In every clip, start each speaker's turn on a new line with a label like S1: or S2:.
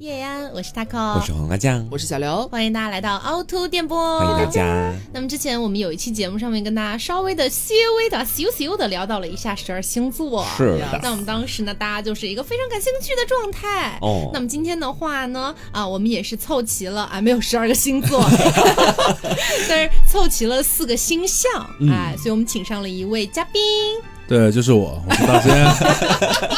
S1: 叶安，我是
S2: 我
S1: Taco，
S2: 是黄瓜酱，
S3: 我是小刘，
S1: 欢迎大家来到凹凸电波。
S2: 欢迎大家。
S1: 那么之前我们有一期节目上面跟大家稍微的、稍微的、咻咻的聊到了一下十二星座。
S2: 是
S1: 那
S2: 的，
S1: 我们当时呢，大家就是一个非常感兴趣的状态。
S2: 哦
S1: 那么今天的话呢，啊，我们也是凑齐了啊，没有十二个星 座，但是凑齐了四个星象，
S2: 嗯
S1: 哎，所以我们请上了一位嘉宾。
S4: 对，就是我，我是大仙。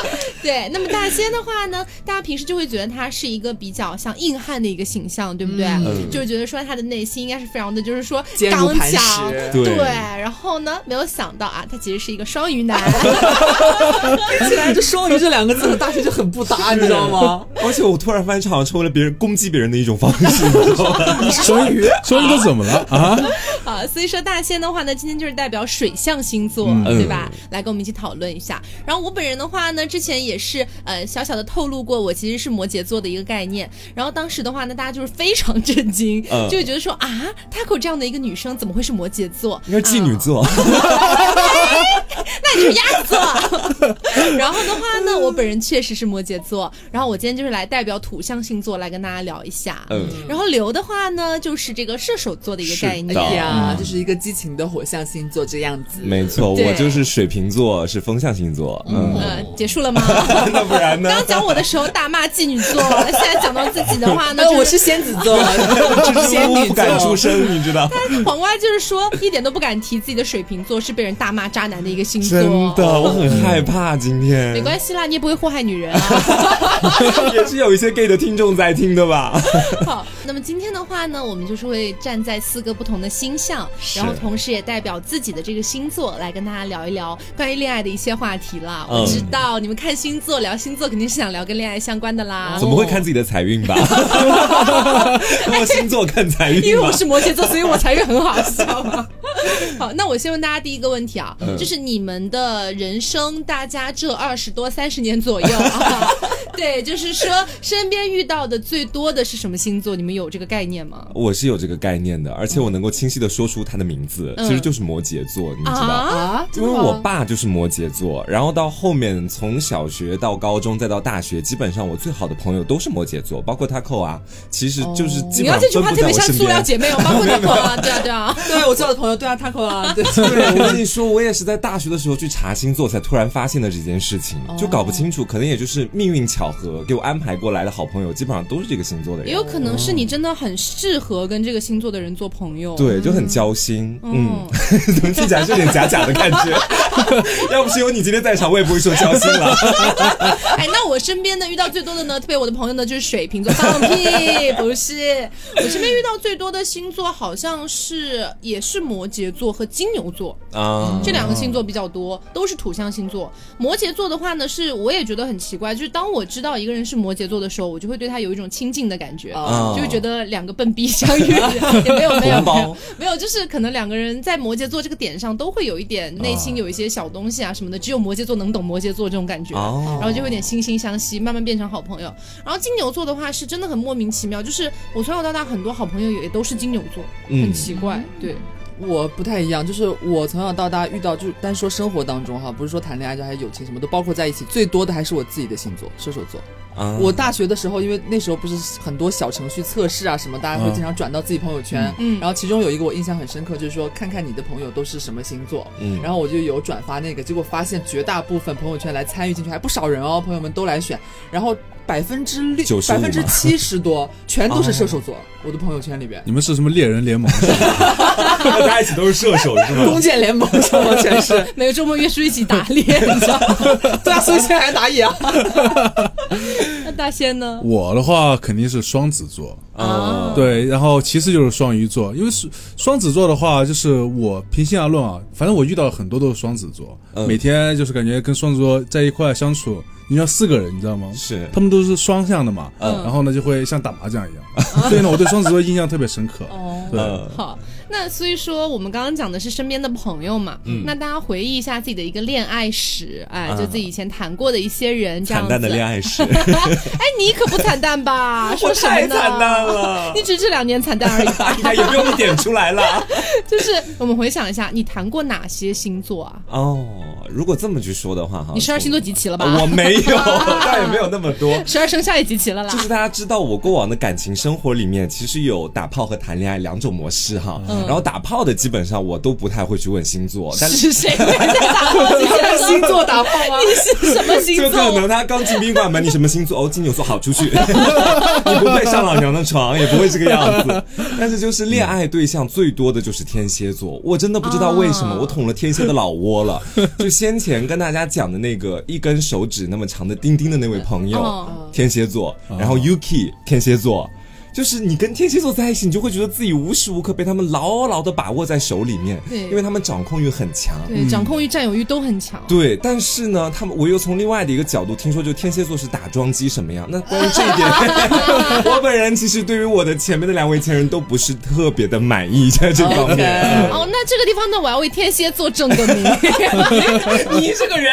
S1: 对，那么大仙的话 呢，大家平时就会觉得他是一个比较像硬汉的一个形象，对不对？
S2: 嗯
S1: 就是觉得说他的内心应该是非常的，就是说
S3: 坚如
S1: 刚
S3: 磐
S1: 强。
S3: 石，
S2: 对
S1: 然后呢，没有想到啊，他其实是一个双鱼 男。
S3: 听起来这“双鱼”这两个字和大学就很不搭，你知道吗？
S2: 而且我突然发现，这好像成为了别人攻击别人的一种方式，你知道吗？
S3: 你是双鱼，
S4: 说你这怎么了啊？
S1: 啊，所以说大仙的话呢，今天就是代表水象星座，
S4: 嗯
S1: 对吧？来跟我们一起讨论一下。然后我本人的话呢，之前也是呃小小的透露过，我其实是摩羯座的一个概念。然后当时的话呢，大家就是非常震惊，
S2: 嗯
S1: 就会觉得说啊，Taco 这样的一个女生怎么会是摩羯座？啊
S2: 应该妓女座，
S1: 那你是鸭子。 然后的话呢，我本人确实是摩羯座。然后我今天就是来代表土象星座来跟大家聊一下。
S2: 嗯，
S1: 然后刘的话呢，就是这个射手座的一个
S2: 是
S1: 概念。
S2: 的
S3: 哎呀，这是一个激情的火象星座这样子。
S2: 嗯没错，
S1: 对
S2: 我就是水瓶座，是风象星座，嗯，
S1: 呃，结束了 吗？
S2: 那不然呢？
S1: 刚讲我的时候大骂妓女座，现在讲到自己的 话呢，
S3: 那
S1: 就
S3: 呃我是仙子 座，仙
S2: 我
S3: 女
S2: 不敢出
S3: 座。
S2: 声，你知道？
S1: 黄瓜，就是说一点都不敢提自己的水瓶座是被人大骂渣男的一个星座。
S2: 真的，我很害怕今天。
S1: 没关系啦，你也不会祸害女人啊。
S2: 系， 也是有一些 gay 的听众在听的吧？
S1: 好，那么今天的话呢，我们就是会站在四个不同的星象，然后同时也代表自己的这个星座来跟大家聊一聊关于恋爱的一些话题啦。
S2: 嗯
S1: 我知道你们看星座聊星座肯定是想聊跟恋爱相关的啦
S2: 怎，么会看自己的财运 吧？ 我星座看财
S1: 因
S2: 运
S1: 为
S2: 吧
S1: 我。是摩羯座，所以我才会很好笑 嘛。好，那我先问大家第一个问题啊，
S2: 嗯
S1: 就是你们的人生，大家这二十多三十年左右 啊，对，就是说身边遇到的最多的是什么星座？你们有这个概念吗？
S2: 我是有这个概念的，而且我能够清晰的说出他的名字，
S1: 嗯
S2: 其实就是摩羯座，你知道。
S1: 啊，
S3: 啊，
S2: 因为我爸就是摩羯座，然后到后面从小学到高中再到大学，基本上我最好的朋友都是摩羯座，包括他扣啊，其实就是基
S1: 你
S2: 本
S1: 要
S2: 上
S1: 这句
S2: 分
S1: 话
S2: 布
S1: 特别
S2: 在我
S1: 像
S2: 身
S1: 塑料
S2: 边。
S1: 姐妹，我包括那个 啊，对啊对啊，
S3: 对我最好的朋友对啊，Taco 啊，对，
S2: 对，我跟你说，我也是在大学的时候去查星座，才突然发现的这件事情，就
S1: 哦
S2: 搞不清楚，可能也就是命运巧合给我安排过来的好朋友，基本上都是这个星座的
S1: 也
S2: 人
S1: 有。可能是你真的很适合跟这个星座的人做朋友。
S2: 对，就很交心，嗯
S1: 嗯，
S2: 怎么听起来是有点假假的感觉？ 要不是有你今天在场，我也不会说交心了。
S1: 哎，那我身边的遇到最多的呢，特别我的朋友呢，就是水瓶座。放屁，不是，我身边遇到最多的星座好像是也是摩羯座和金牛座
S2: 啊
S1: 这两个星座比较多，都是土象星座。摩羯座的话呢，是我也觉得很奇怪，就是当我知道一个人是摩羯座的时候，我就会对他有一种亲近的感觉。
S3: 哦
S1: 就会觉得两个笨逼相遇，也没有没有没
S2: 同胞
S1: 有没有，就是可能两个人在摩羯座这个点上都会有一点内心有一些小东西啊什么的，只有摩羯座能懂摩羯座这种感觉，
S2: 哦
S1: 然后就会有点惺惺相惜，慢慢变成好朋友。然后金牛座的话是真的很莫名其妙，就是我从小到大很多好朋友也都是金牛座，很
S2: 嗯
S1: 奇怪，对，
S3: 我不太一样，就是我从小到大遇到，就是单说生活当中哈，不是说谈恋爱这还是友情什么都包括在一起，最多的还是我自己的星座，射手座。
S2: 啊
S3: 我大学的时候，因为那时候不是很多小程序测试啊什么，
S2: 嗯
S3: 大家会经常转到自己朋友圈。
S1: 嗯
S3: 然后其中有一个我印象很深刻，就是说看看你的朋友都是什么星座。
S2: 嗯
S3: 然后我就有转发那个，结果发现绝大部分朋友圈来参与进去还不少人哦，朋友们都来选，然后百分之六、
S2: 95
S3: 百分之
S2: 吗
S3: 七十多全都是射手座，我的朋友圈里边。
S4: 你们是什么猎人联盟？
S2: 大家一起都是射手是
S3: 弓
S2: 吗？
S3: 箭联盟什么全是，
S1: 每个周末约出一起打 猎，你知道吗？
S3: 对啊，所以现在还打野啊。
S1: 那大仙呢？
S4: 我的话肯定是双子座，
S1: 嗯
S2: 啊，
S4: 对，然后其次就是双鱼座，因为是双子座的话，就是我平心而论啊，反正我遇到了很多都是双子座，
S2: 嗯
S4: 每天就是感觉跟双子座在一块相处，你要四个人，你知道吗？
S2: 是
S4: 他们都是双向的嘛，
S1: 嗯
S4: 然后呢就会像打麻将一样，所以呢我对双子座印象特别深刻。
S1: 哦
S4: 对，
S2: 呃
S1: 好，那所以说我们刚刚讲的是身边的朋友嘛，
S2: 嗯
S1: 那大家回忆一下自己的一个恋爱史，哎，就自己以前谈过的一些人，这样
S2: 惨
S1: 子。
S2: 淡的恋爱 史，
S1: 哎，你可不惨淡吧？说
S2: 我
S1: 什么
S2: 太
S1: 呢？
S2: 惨淡了
S1: 你。只是这两年惨淡而已吧
S2: 哎？呀，也不用你点出来了。
S1: 就是我们回想一下，你谈过哪些星座啊？
S2: 哦，如果这么去说的话，哈，
S1: 你十二星座集齐了吧？
S2: 我没 有，但也没有那么多。
S1: 十二生肖也集齐了啦
S2: 就。是大家知道，我过往的感情生活里面，其实有打炮和谈恋爱两种模式哈。
S1: 嗯
S2: 然后打炮的基本上我都不太会去问星座，但
S1: 是谁 在打炮？你
S3: 现在星座打炮 吗？
S1: 你是什么星
S2: 就可
S1: 座？
S2: 能他刚进宾馆门，你什么星座？哦，金牛座，好出去， 你不配上老娘的床，也不会这个样 子。但是就是恋爱对象最多的就是天蝎座，我真的不知道为什么
S1: 啊
S2: 我捅了天蝎的老 窝了。就先前跟大家讲的那个一根手指那么长的丁丁的那位朋友
S1: 哦，
S2: 天蝎座，然后 Yuki 天蝎座。就是你跟天蝎座在一起，你就会觉得自己无时无刻被他们牢牢的把握在手里面，
S1: 对
S2: 因为他们掌控欲很强。
S1: 对，掌控欲、占有欲都很强。
S2: 对，但是呢，他们我又从另外的一个角度听说，就天蝎座是打桩机什么样。那关于这一点， 我本人其实对于我的前面的两位前任都不是特别的满意，在这方面。
S1: 哦，那这个地方呢，我要为天蝎座正个名。
S3: 啊
S2: 你这个人，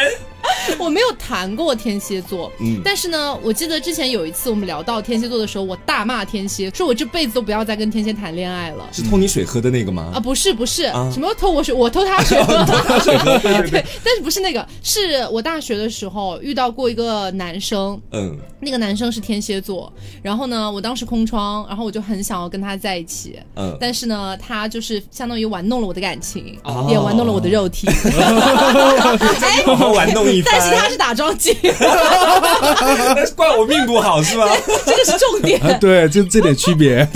S1: 我没有谈过天蝎座，
S2: 嗯
S1: 但是呢，我记得之前有一次我们聊到天蝎座的时候，我大骂天蝎，说我这辈子都不要再跟天蝎谈恋爱了。
S2: 是偷你水喝的那个
S1: 啊，
S2: 吗？
S1: 不是不是，
S2: 啊
S1: 什么偷我水，我偷他水喝，
S2: 对对
S1: 对，但是不是那个，是我大学的时候遇到过一个男生，
S2: 嗯，
S1: 那个男生是天蝎座，然后呢，我当时空窗，然后我就很想要跟他在一起，
S2: 嗯
S1: 但是呢，他就是相当于玩弄了我的感情，
S2: 哦
S1: 也玩弄了我的肉 体，哎
S2: 好好 玩弄一番
S1: 但是他是打桩机，
S2: 但是怪我命不好是吧？
S1: 这个是重点。
S4: 啊， 对，就这点区别。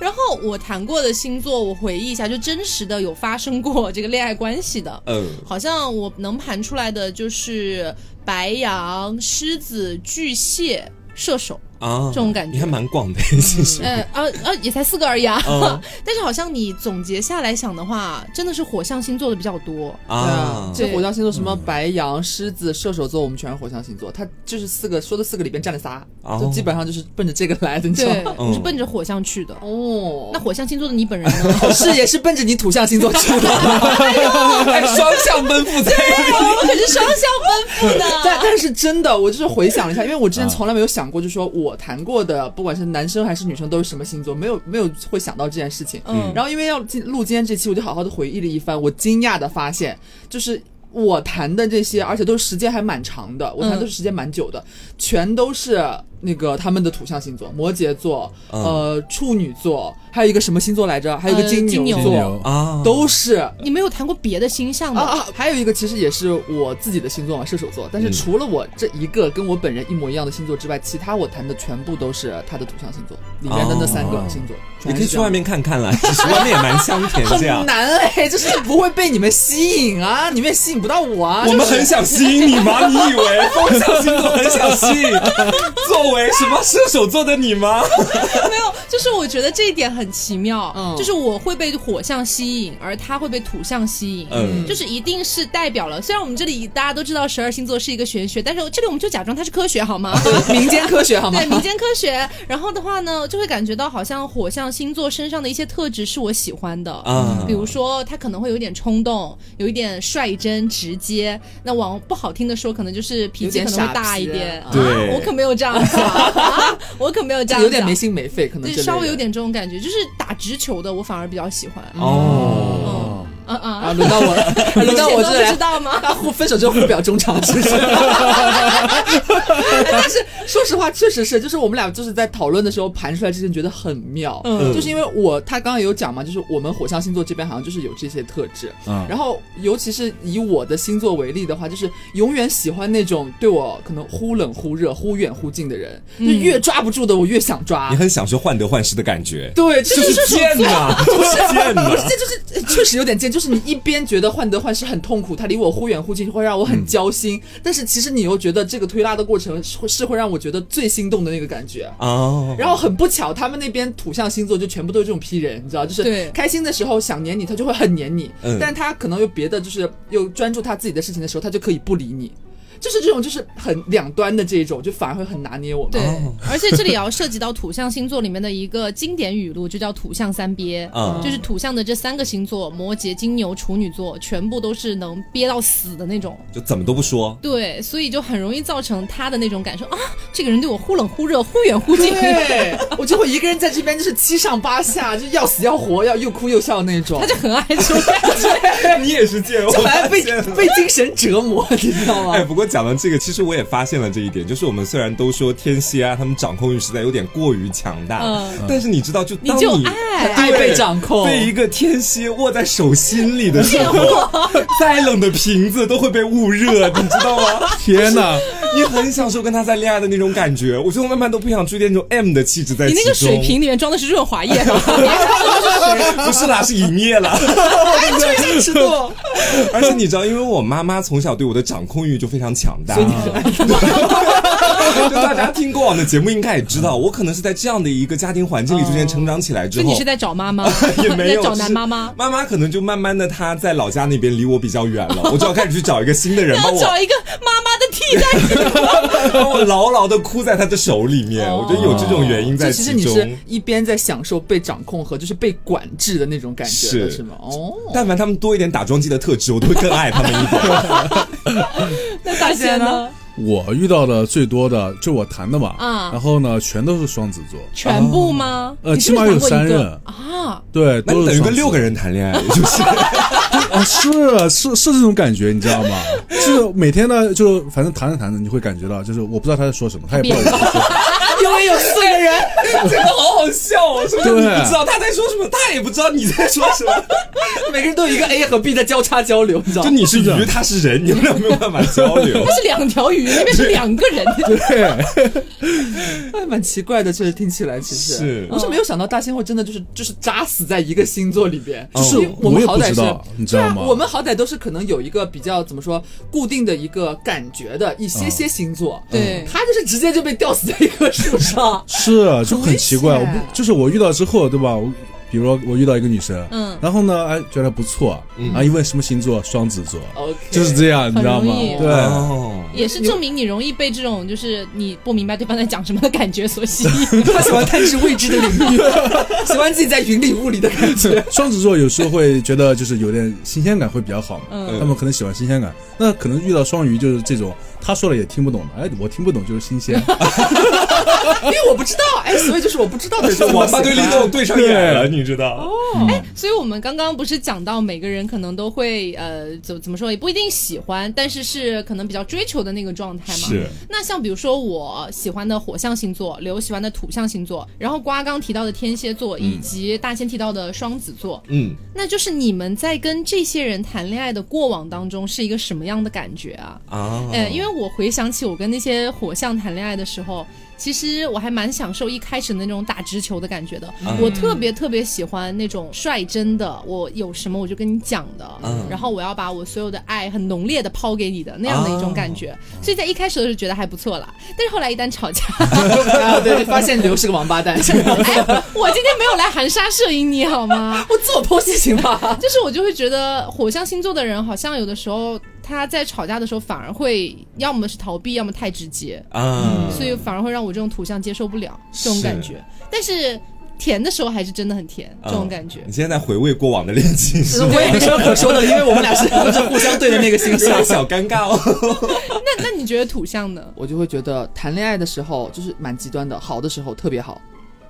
S1: 然后我谈过的星座，我回忆一下，就真实的有发生过这个恋爱关系的，
S2: 嗯，
S1: 好像我能盘出来的就是白羊、狮子、巨蟹、射手。
S2: 啊，
S1: 这种感觉
S2: 你还蛮广的，其实。
S1: 呃，啊啊，也才四个而已
S3: 哦
S1: 啊。
S2: 嗯
S1: 但是好像你总结下来想的话，真的是火象星座的比较多。
S2: 啊，
S3: 这
S1: 对
S3: 火象星座什么嗯白羊、狮子、射手座，我们全是火象星座。它就是四个说的四个里边占了仨，
S2: 哦
S3: 就基本上就是奔着这个来的，你知道
S1: 对
S3: 吗？，
S1: 我是奔着火象去的。
S3: 哦
S1: 那，火象星座的你本人呢？
S3: 那是也是奔着你土象星座去 的，
S2: 还哎双向奔赴在一 起。
S1: 我们可是双向奔赴
S3: 啊 但
S1: 的。
S3: 但是真的，我就是回想了一下，因为我之前从来没有想过，就说我谈过的，不管是男生还是女生，都是什么星座，没有没有会想到这件事情。
S1: 嗯
S3: 然后因为要进录今天这期，我就好好的回忆了一番，我惊讶的发现，就是。我谈的这些，而且都是时间还蛮长的，我谈的
S1: 嗯
S3: 是时间蛮久的，全都是那个他们的土象星座，摩羯座，
S2: 嗯
S3: 呃，处女座，还有一个什么星座来着？还有一个
S1: 呃
S3: 金
S1: 金
S3: 牛
S1: 牛
S3: 座，
S4: 牛
S2: 啊，
S3: 都是。
S1: 你没有谈过别的星象
S3: 啊
S1: 吗？
S3: 啊！还有一个其实也是我自己的星座嘛，射手座。但是
S2: 嗯
S3: 除了我这一个跟我本人一模一样的星座之外，其他我谈的全部都是他的土象星座里面的那三个星座。
S2: 哦你
S3: 全
S2: 可
S3: 是
S2: 以
S3: 这
S2: 去
S3: 样
S2: 外面看看啦，其实外面也蛮香甜这样
S3: 很。难哎，就是不会被你们吸引啊，你们也吸引不到我啊。
S2: 我们很想吸引你吗？你以为风象星座很想吸引？作为什么射手座的你吗？
S1: 没有，就是我觉得这一点很奇妙，
S3: 嗯
S1: 就是我会被火象吸引，而他会被土象吸引，
S2: 嗯
S1: 就是一定是代表了。虽然我们这里大家都知道十二星座是一个玄学，但是这里我们就假装它是科学好吗？
S3: 就是民间科学好吗
S1: 对？民间科学，然后的话呢，就会感觉到好像火象星座身上的一些特质是我喜欢的，
S2: 啊
S1: 比如说他可能会有点冲动，有一点率真直接，那往不好听的说，可能就是脾气可能会大一
S3: 有点
S1: 点。
S3: 傻
S1: 啊
S2: 皮对
S1: 我可没有这样想、啊， 我可没有这样想，
S3: 有点没心没肺，可能
S1: 对，
S3: 这类
S1: 稍微
S3: 的
S1: 有。点这种感觉，就是打直球的，我反而比较喜欢。
S2: 哦，
S1: 嗯嗯嗯，
S3: 啊，轮到我 了，轮到我
S1: 你以前都
S3: 这来
S1: 不知。道吗？
S3: 大互分手之后互表衷肠，是不是？但是说实话，确实是，就是我们俩就是在讨论的时候盘出来之前觉得很妙，
S1: 嗯
S3: 就是因为我他刚刚有讲嘛，就是我们火象星座这边好像就是有这些特质，
S4: 嗯
S3: 然后尤其是以我的星座为例的话，就是永远喜欢那种对我可能忽冷忽热、忽远忽近的人，就越抓不住的我越想抓
S2: 你，很享受患得患失的感觉，
S3: 对，这
S2: 这
S3: 就是是
S2: 贱呐，不是贱呐
S3: 不是，，这就是确实有点贱，就是你一边觉得患得患失很痛苦，他离我忽远忽近，会让我很焦心，但是其实你又觉得这个推拉的过程是会是会让我觉得最心动的那个感觉。
S2: 哦，
S3: 然后很不巧，他们那边土象星座就全部都是这种批人，你知道，就是
S1: 对
S3: 开心的时候想黏你，他就会很黏你，
S2: 嗯
S3: 但他可能有别的，就是又专注他自己的事情的时候，他就可以不理你。就是这种就是很两端的这种，就反而会很拿捏我们。
S1: 对，
S2: 哦
S1: 而且这里也要涉及到土象星座里面的一个经典语录，就叫土象三憋，
S2: 嗯
S1: 就是土象的这三个星座，摩羯、金牛、处女座，全部都是能憋到死的那种。
S2: 就怎么都不说。
S1: 对，所以就很容易造成他的那种感受啊，这个人对我忽冷忽热、忽远忽近，
S3: 对，我就会一个人在这边就是七上八下，就要死要活，要又哭又笑那种
S1: 他。就很爱出来。
S2: 你也是贱，我
S3: 就反而被
S2: 发现了
S3: 被精神折磨，你知道
S2: 哎，
S3: 吗？
S2: 不过讲到这个，其实我也发现了这一点，就是我们虽然都说天蝎啊，他们掌控欲实在有点过于强大，
S1: 嗯
S2: 但是你知道，就当
S1: 你就爱
S3: 爱被掌控
S2: 被一个天蝎握在手心里的时 候，再冷的瓶子都会被捂热，你知道吗？
S4: 天哪！
S2: 你很享受跟他在恋爱的那种感觉，我就慢慢都不想追那种 M 的气质在
S1: 你
S2: 其中。
S1: 那个水瓶里面装的是润滑液，
S2: 不是啦，是营业 啦。
S3: 真是的，
S2: 而且你知道，因为我妈妈从小对我的掌控欲就非常强大，
S3: 所以你很爱他。
S2: 就大家听过往的节目应该也知道，我可能是在这样的一个家庭环境里逐渐成长起来之
S1: 就
S2: 后
S1: 你。是在找妈妈，
S2: 也没有
S1: 在找男
S2: 就是
S1: 妈妈，
S2: 妈妈可能就慢慢的，她在老家那边离我比较远了，我就要开始去找一个新的人
S1: 然
S2: 帮
S1: 后
S2: 我
S1: 找一个妈妈的替 代品。
S2: 帮我牢牢的箍在她的手里面，我觉得有这种原因在
S3: 就其实
S2: 其
S3: 你
S2: 中。
S3: 是一边在享受被掌控和就是被管制的那种感觉的，
S2: 是
S3: 是吗？哦，
S2: 但凡他们多一点打桩机的特质，我都会更爱他们一点。
S1: 那大仙
S2: 哦
S1: 呢？
S4: 我遇到的最多的就我谈的嘛，
S1: 啊
S4: 然后呢，全都是双子座，
S1: 全部吗？
S4: 呃
S1: 你是不
S4: 起码
S1: 是
S4: 有
S1: 谈过一
S4: 三
S1: 个
S4: 任
S1: 啊。
S4: 对，
S2: 那
S4: 都
S2: 你等于
S4: 是双
S2: 跟
S4: 子
S2: 六个人谈恋爱，就是
S4: 啊，是是是这种感觉，你知道 吗？就是每天呢，就反正谈着谈着，你会感觉到，就是我不知道他在说什么，他也不知道我在说什 么。
S3: 因为有四个人，
S2: 这个好好笑哦，是不
S4: 对
S2: 他在说什么，他也不知道你在说什么。
S3: 每个人都有一个 A 和 B 在交叉交流，你知道
S2: 就
S3: 吗？
S2: 你是
S4: 是的
S2: 鱼，他是人，你们俩没有办法交 流
S1: 他。是两条鱼，那边是两个人。
S4: 对，
S3: 哎，蛮奇怪的，确实听起来其实
S2: 是
S3: 我是没有想到大仙会真的就是就是扎死在一个星座里边，
S4: 就是
S3: 因为我
S4: 哦我
S3: 们
S4: 也
S3: 好
S4: 不
S3: 歹
S4: 知
S3: 是
S4: 道，你知道吗，
S3: 对啊，我们好歹都是可能有一个比较怎么说固定的一个感觉的一些些星座，
S1: 对
S3: 他就是直接就被吊死在一棵树上
S4: 是啊就很奇怪，
S3: 很
S4: 我
S3: 危险
S4: 不就是我遇到之后，对吧？我比如说我遇到一个女生，
S1: 嗯
S4: 然后呢，哎，觉得不错，
S2: 嗯
S4: 啊，一问什么星座，双子座
S3: OK
S4: 就是这样，你知道吗
S1: 很容易？
S4: 对，
S2: 哦，
S1: 也是证明你容易被这种就是你不明白对方在讲什么的感觉所吸 引。
S3: 他喜欢探知未知的领域，喜欢自己在云里雾里的感 觉。
S4: 双子座有时候会觉得就是有点新鲜感会比较好嘛，
S1: 嗯
S4: 他们可能喜欢新鲜感。那可能遇到双鱼就是这种，他说了也听不懂的，哎，我听不懂就是新鲜。
S3: 因为我不知道，哎，所以就是我不知道的时
S2: 这
S3: 候，
S2: 王八堆里都有对上眼了，哦
S4: 对
S2: 你知道？
S1: 所以我们刚刚不是讲到每个人可能都会呃怎怎么说也不一定喜欢，但是是可能比较追求的那个状态嘛。
S2: 是。
S1: 那像比如说我喜欢的火象星座，刘喜欢的土象星座，然后瓜刚提到的天蝎座，以及大仙提到的双子座，
S2: 嗯，
S1: 那就是你们在跟这些人谈恋爱的过往当中是一个什么样的感觉啊？
S2: 啊，
S1: 哎，因为我回想起我跟那些火象谈恋爱的时候，其实我还蛮享受一开始的那种打直球的感觉的。我特别特别喜欢那种率真的，我有什么我就跟你讲的，
S2: 嗯
S1: 然后我要把我所有的爱很浓烈的抛给你的那样的一种感觉。所以在一开始的时候觉得还不错啦，但是后来一旦吵架，
S3: 啊，对，发现刘是个王八 蛋，
S1: 哎，我今天没有来含沙射影你好吗？
S3: 我自我剖析行吧？
S1: 就是我就会觉得火象星座的人好像有的时候他在吵架的时候反而会要么是逃避，要么太直接。
S2: 啊，
S1: 所以反而会让我这种土象接受不了这种
S2: 是嗯
S1: 感觉。但是甜的时候还是真的很甜，这种感觉
S2: 你。现在在回味过往的恋情是吗？
S3: 我也没什么可说的，因为我们 俩是都是互相对的那个 星
S2: 有
S3: 象
S2: 点。小尴尬哦。
S1: 那那你觉得土象 呢？
S3: 我就会觉得谈恋爱的时候就是蛮极端的，好的时候特别好，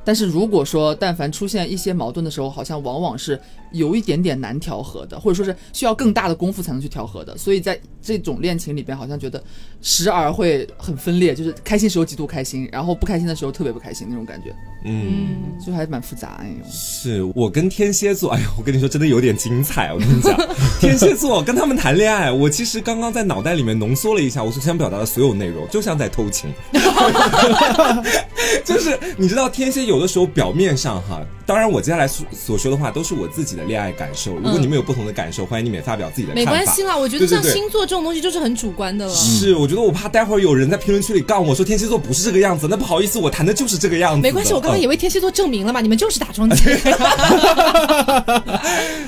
S3: 但是如果说但凡出现一些矛盾的时候，好像往往是有一点点难调和的，或者说是需要更大的功夫才能去调和的。所以在这种恋情里边，好像觉得时而会很分裂，就是开心时候极度开心，然后不开心的时候特别不开心那种感觉，
S2: 嗯，
S1: 嗯，
S3: 就还蛮复杂。 哎呦，
S2: 是我跟天蝎座，哎呀，我跟你说，真的有点精彩。我 跟你讲，天蝎座跟他们谈恋爱，我其实刚刚在脑袋里面浓缩了一下我所想表达的所有内容，就像在偷 情。就是你知道，天蝎有的时候表面上哈，当然我接下来所所说的话都是我自己的的恋爱感受。如果你们有不同的感受，欢迎你们也发表自己的看
S1: 嗯没
S2: 法。
S1: 关系啦，我觉得
S2: 对对
S1: 像
S2: 对
S1: 星座这种东西就是很主观的了。
S2: 是，我觉得我怕待会儿有人在评论区里杠我说天蝎座不是这个样子，那不好意思，我谈的就是这个样子的。
S1: 没关系，我刚刚
S2: 嗯
S1: 也为天蝎座证明了嘛，你们就是打 桩机。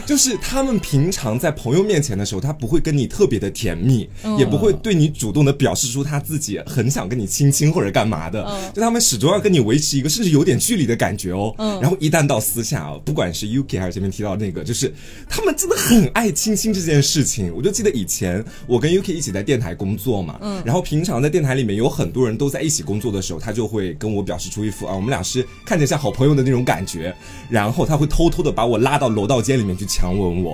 S2: 就是他们平常在朋友面前的时候，他不会跟你特别的甜蜜，也不会对你主动的表示出他自己很想跟你亲亲或者干嘛的，就他们始终要跟你维持一个甚至有点距离的感觉哦。然后一旦到私下哦，不管是 UK 还是前面提到那个，就是他们真的很爱亲亲这件事情。我就记得以前我跟 UK 一起在电台工作嘛，然后平常在电台里面有很多人都在一起工作的时候，他就会跟我表示出一副啊，我们俩是看起来像好朋友的那种感觉，然后他会偷偷的把我拉到楼道间里面去强吻我。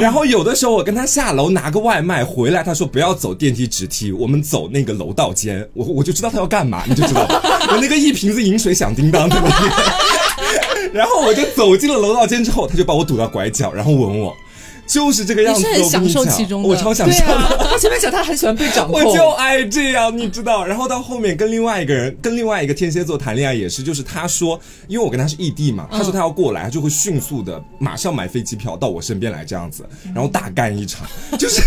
S2: 然后有的时候我跟他下楼拿个外卖回来，他说不要走电梯直梯，我们走那个楼道间。我我就知道他要干嘛，你就知道我那个一瓶子饮水响叮当在那边。 然后我就走进了楼道间之后，他就把我堵到拐角，然后吻我，就是这个样子。
S1: 你是很
S2: 我跟你
S1: 享受
S2: 讲
S1: 其中的
S2: 我超享
S3: 对
S2: 受的。
S3: 啊，他前面讲他很喜欢被掌控，。
S2: 我就爱这样，你知道。然后到后面跟另外一个人，跟另外一个天蝎座谈恋爱也是，就是他说，因为我跟他是异地
S1: 嗯
S2: 嘛，他说他要过来，他就会迅速的马上买飞机票到我身边来这样子，然
S1: 嗯
S2: 后大干一场，就是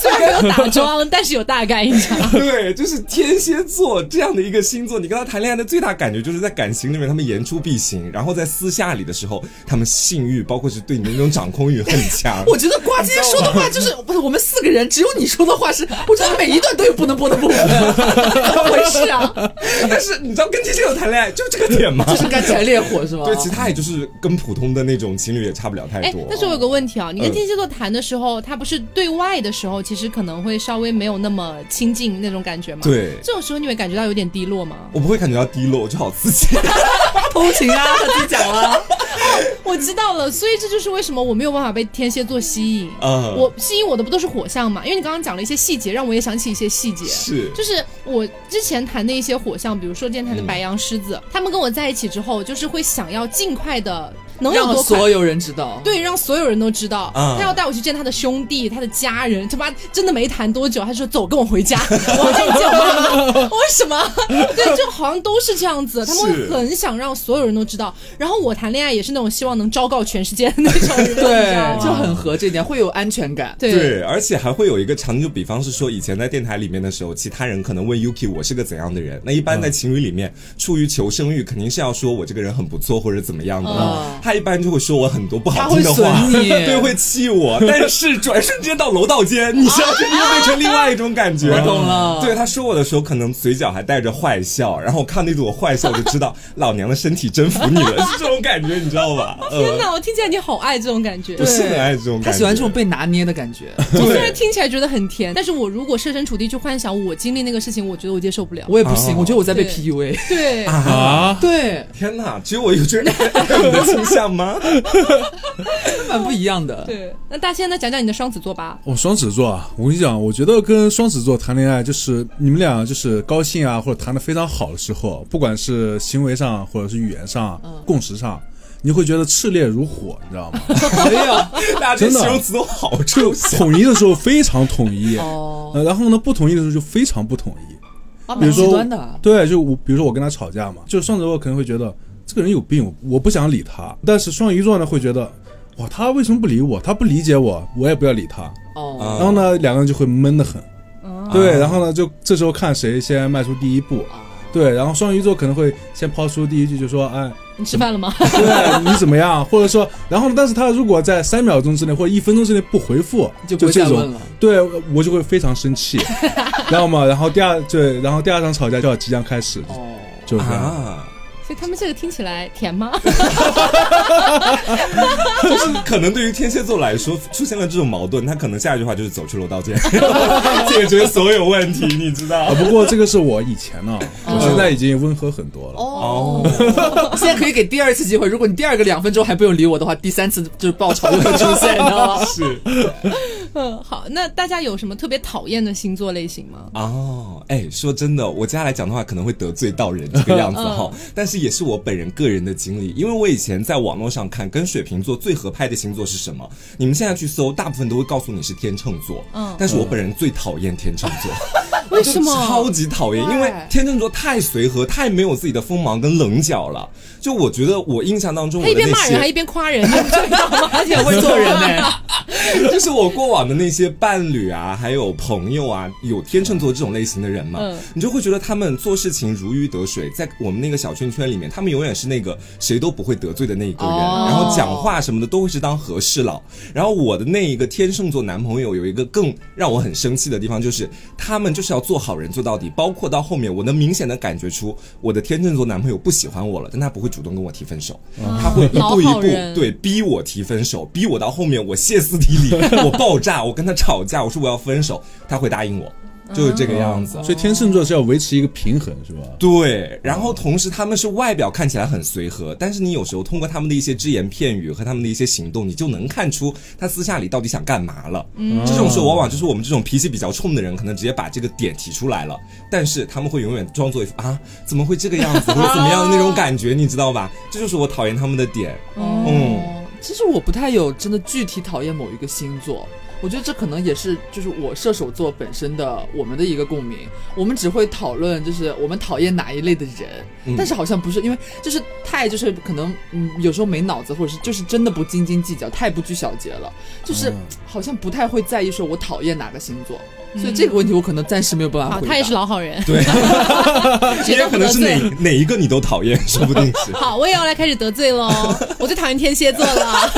S1: 虽然没有打桩，但是有大概印象。
S2: 对，就是天蝎座这样的一个星座，你跟他谈恋爱的最大感觉就是在感情里面他们言出必行，然后在私下里的时候，他们性欲包括是对你的那种掌控欲很强
S3: 我觉得瓜今天说的话就是，不是我们四个人，只有你说的 话是，我觉得每一段都有不能播的部分，怎么回 事啊？
S2: 但是你知道跟天蝎座谈恋爱就这个点吗？
S3: 就是干柴烈火是吗？
S2: 对，其他也就是跟普通的那种情侣也差不了嗯太
S1: 哎
S2: 多，。
S1: 但是我有个问题啊，你跟天蝎座谈的时候，他不是对外的时候，其实可能会稍微没有那么亲近那种感觉吗？
S2: 对
S1: 这种时候你会感觉到有点低落吗？
S2: 我不会感觉到低落，我就好刺激。
S3: 偷情啊，他自己讲啊，
S1: 我知道了，所以这就是为什么我没有办法被天蝎座吸引。
S2: 嗯
S1: 我吸引我的不都是火象嘛？因为你刚刚讲了一些细节，让我也想起一些细节。
S2: 是
S1: 就是我之前谈的一些火象，比如说之前谈的白羊、狮子，他们跟我在一起之后，就是会想要尽快
S2: 嗯
S1: 的，能有
S3: 让
S1: 多快
S3: 所有人知道。
S1: 对，让所有人都知道，
S2: 嗯
S1: 他要带我去见他的兄弟、他的家人。他妈真的没谈多久，他说走，跟我回家， 我再见我妈妈。为什 么？对，就好像都是这样子，他们会
S2: 是
S1: 很想让所有人都知道。然后我谈恋爱也是那种希望能昭告全世界的那种人，你知道
S3: 对，
S1: 吗
S3: 就很合这一点，会有安全感。
S1: 对。
S2: 对，而且还会有一个场景，就比方是说，以前在电台里面的时候，其他人可能问 Yuki 我是个怎样的人。那一般在情侣里面，出于求生欲，肯定是要说我这个人很不错或者怎么样的。
S3: 嗯
S2: 他一般就会说我很多不好听的话
S3: 他，会损你
S2: 对，会气我。但是转瞬间到楼道间，你知道，这又变成另外一种感觉。
S3: 我懂了
S2: 对，他说我的时候，可能嘴角还带着坏笑，然后我看那朵坏笑，我就知道 老娘的身体征服你了，是这种感觉，你知道吧？
S1: 天
S2: 嗯，
S1: 哪，我听起来你好爱这种感觉。
S2: 我是很爱这种感觉。
S3: 他喜欢这种被拿捏的感 觉，
S1: 我虽然听起来觉得很甜，但是我如果设身处地去幻想我经历那个事情，我觉得我接受不了。
S3: 我也不行，
S2: 哦
S3: 我觉得我在被
S1: 对
S3: PUA。
S1: 对，
S4: 啊，
S3: 对，
S2: 天哪，只有我有这 种你的倾向吗？
S3: 蛮不一样的。
S1: 对。那大仙呢？讲讲你的双子座吧。
S4: 我、双子座啊，我跟你讲，我觉得跟双子座谈恋爱，就是你们俩就是高兴啊，或者谈的非常好的时候，不管是行为上，或者是语言上，共识上，你会觉得炽烈如火，你知道吗？
S3: 没有，
S2: 大家这
S4: 真的
S2: 形容词都好抽
S4: 就
S2: 象。
S4: 统一的时候非常统一，
S3: 哦，
S4: 呃，然后呢，不统一的时候就非常不统一。
S3: 啊，
S4: 比
S3: 蛮
S4: 如
S3: 极
S4: 说
S3: 端的啊，
S4: 对，就我比如说我跟他吵架嘛，就双子座可能会觉得这个人有病，我我不想理他。但是双鱼座呢，会觉得哇，他为什么不理我？他不理解我，我也不要理他。
S3: 哦，
S2: 嗯
S4: 然后？呢，两个人就会闷得很。对，然后呢，就这时候看谁先迈出第一步。对，然后双鱼座可能会先抛出第一句，就说：“哎，
S1: 你吃饭了 吗？
S4: 对你怎么样？” 或者说，然后呢，但是他如果在三秒钟之内或者一分钟之内不回复，
S3: 就
S4: 就
S3: 不会
S4: 这
S3: 再问
S4: 种
S3: 了，
S4: 对我就会非常 生气，知道吗？然后第二对，然后第二场吵架就要即将开始，
S3: 哦，
S4: 就是这样。
S2: 啊，
S1: 所以他们这个听起来甜吗？
S2: 就是可能对于天蝎座来说，出现了这种矛盾，他可能下一句话就是走去楼道见， 解决所有问题，你知道
S4: 啊，？不过这个是我以前呢、我现在已经温和很多了。
S2: 哦，
S3: 现在可以给第二次机会，如果你第二个两分钟还不用理我的话，第三次就是爆炒就会出现，你知道吗？
S2: 是
S1: 嗯，好，那大家有什么特别讨厌的星座类型吗？
S2: 哦，哎，说真的，我接下来讲的话可能会得罪到人这个样
S1: 嗯
S2: 子哈，但是也是我本人个人的经历，因为我以前在网络上看跟水瓶座最合拍的星座是什么，你们现在去搜，大部分都会告诉你是天秤座，嗯，但是我本人最讨厌天秤座，
S1: 为什么哎
S2: 就超级讨厌，因为天秤座太随和，太没有自己的锋芒跟棱角了。就我觉得，我印象当中我
S1: 他
S2: 的
S1: 一
S2: 那
S1: 边骂
S2: 些
S1: 人还一边夸人，你知道吗？而且
S3: 很会做人呢、
S2: 就是我过往的那些伴侣啊，还有朋友啊，有天秤座这种类型的人嘛，
S1: 嗯
S2: 你就会觉得他们做事情如鱼得水，在我们那个小圈圈里面，他们永远是那个谁都不会得罪的那一个人，
S3: 哦
S2: 然后讲话什么的都会是当和事佬。然后我的那一个天秤座男朋友有一个更让我很生气的地方，就是他们就是要做好人做到底，包括到后面，我能明显的感觉出我的天秤座男朋友不喜欢我了，但他不会主动跟我提分手，他会一步一
S1: 老好
S2: 步
S1: 人
S2: 对。对，逼我提分手，逼我到后面我歇斯底里，我爆炸，我跟他吵架，我说我要分手，他会答应我，就是
S4: 嗯
S2: 这个样子。
S4: 所以天秤座是要维持一个平衡，是吧？
S2: 对，然后同时他们是外表看起来很随和，但是你有时候通过他们的一些只言片语和他们的一些行动，你就能看出他私下里到底想干嘛了。嗯，这种时候往往就是我们这种脾气比较冲的人，可能直接把这个点提出来了，但是他们会永远装作一副啊怎么会这个样子，或者怎么样的那种感觉，你知道吧？这就是我讨厌他们的点。
S1: 哦
S2: 嗯。
S3: 其实我不太有真的具体讨厌某一个星座，我觉得这可能也是就是我射手座本身的我们的一个共鸣。我们只会讨论就是我们讨厌哪一类的人，
S2: 嗯
S3: 但是好像不是因为就是太就是可能嗯有时候没脑子，或者是就是真的不斤斤计较，太不拘小节了，就是好像不太会在意说我讨厌哪个星座。所以这个问题我可能暂时没有办法
S1: 好，嗯
S3: 回答。
S1: 啊他也是老好人。
S2: 对，
S1: 谁
S2: 也
S1: 都
S2: 有
S1: 不得
S2: 可能是
S1: 罪
S2: 哪哪一个你都讨厌，说不定是。
S1: 好，我也要来开始得罪喽！我最讨厌天蝎座 了，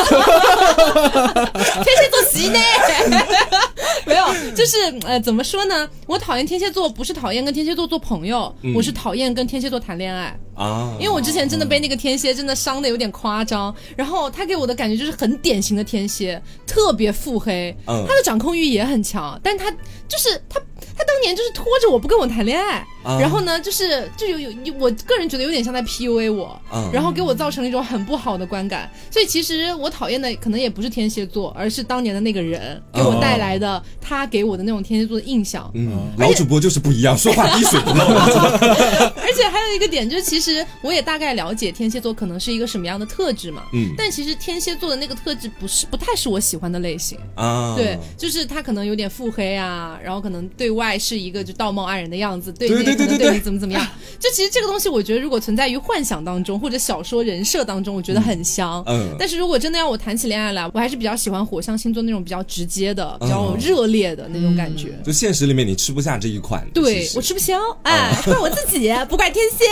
S1: 天蝎座席呢？ 没有，就是呃，怎么说呢？我讨厌天蝎座，不是讨厌跟天蝎座做朋友，
S2: 嗯
S1: 我是讨厌跟天蝎座谈恋爱。
S2: 啊，
S1: 因为我之前真的被那个天蝎真的伤的有点夸张，然后他给我的感觉就是很典型的天蝎，特别腹黑，
S2: 嗯
S1: 他的掌控欲也很强，但他就是他他当年就是拖着我不跟我谈恋爱，
S2: 啊
S1: 然后呢就是就有有有我个人觉得有点像在 PUA 我，
S2: 嗯
S1: 然后给我造成了一种很不好的观感，所以其实我讨厌的可能也不是天蝎座，而是当年的那个人给我带来的、他给我的那种天蝎座的印象，
S2: 嗯，老主播就是不一样，说话滴水不漏。
S1: 而且还有一个点就是，其实我也大概了解天蝎座可能是一个什么样的特质嘛。
S2: 嗯
S1: 但其实天蝎座的那个特质不是不太是我喜欢的类型，
S2: 啊，
S1: 对，就是他可能有点腹黑啊，然后可能对外是一个就道貌岸然的样子，对
S2: 对
S1: 内
S2: 对
S1: 可能
S2: 对对
S1: 对
S2: 对
S1: 你怎么怎么 样。就其实这个东西，我觉得如果存在于幻想当中或者小说人设当中，我觉得很香。
S2: 嗯
S1: 但是如果真的要我谈起恋爱来，我还是比较喜欢火象星座那种比较直接的、比较
S2: 嗯
S1: 热烈的那种感觉。
S2: 就现实里面你吃不下这一款。
S1: 对
S2: 其
S1: 我
S2: 实
S1: 吃不消，哎，怪我自己，不怪天蝎。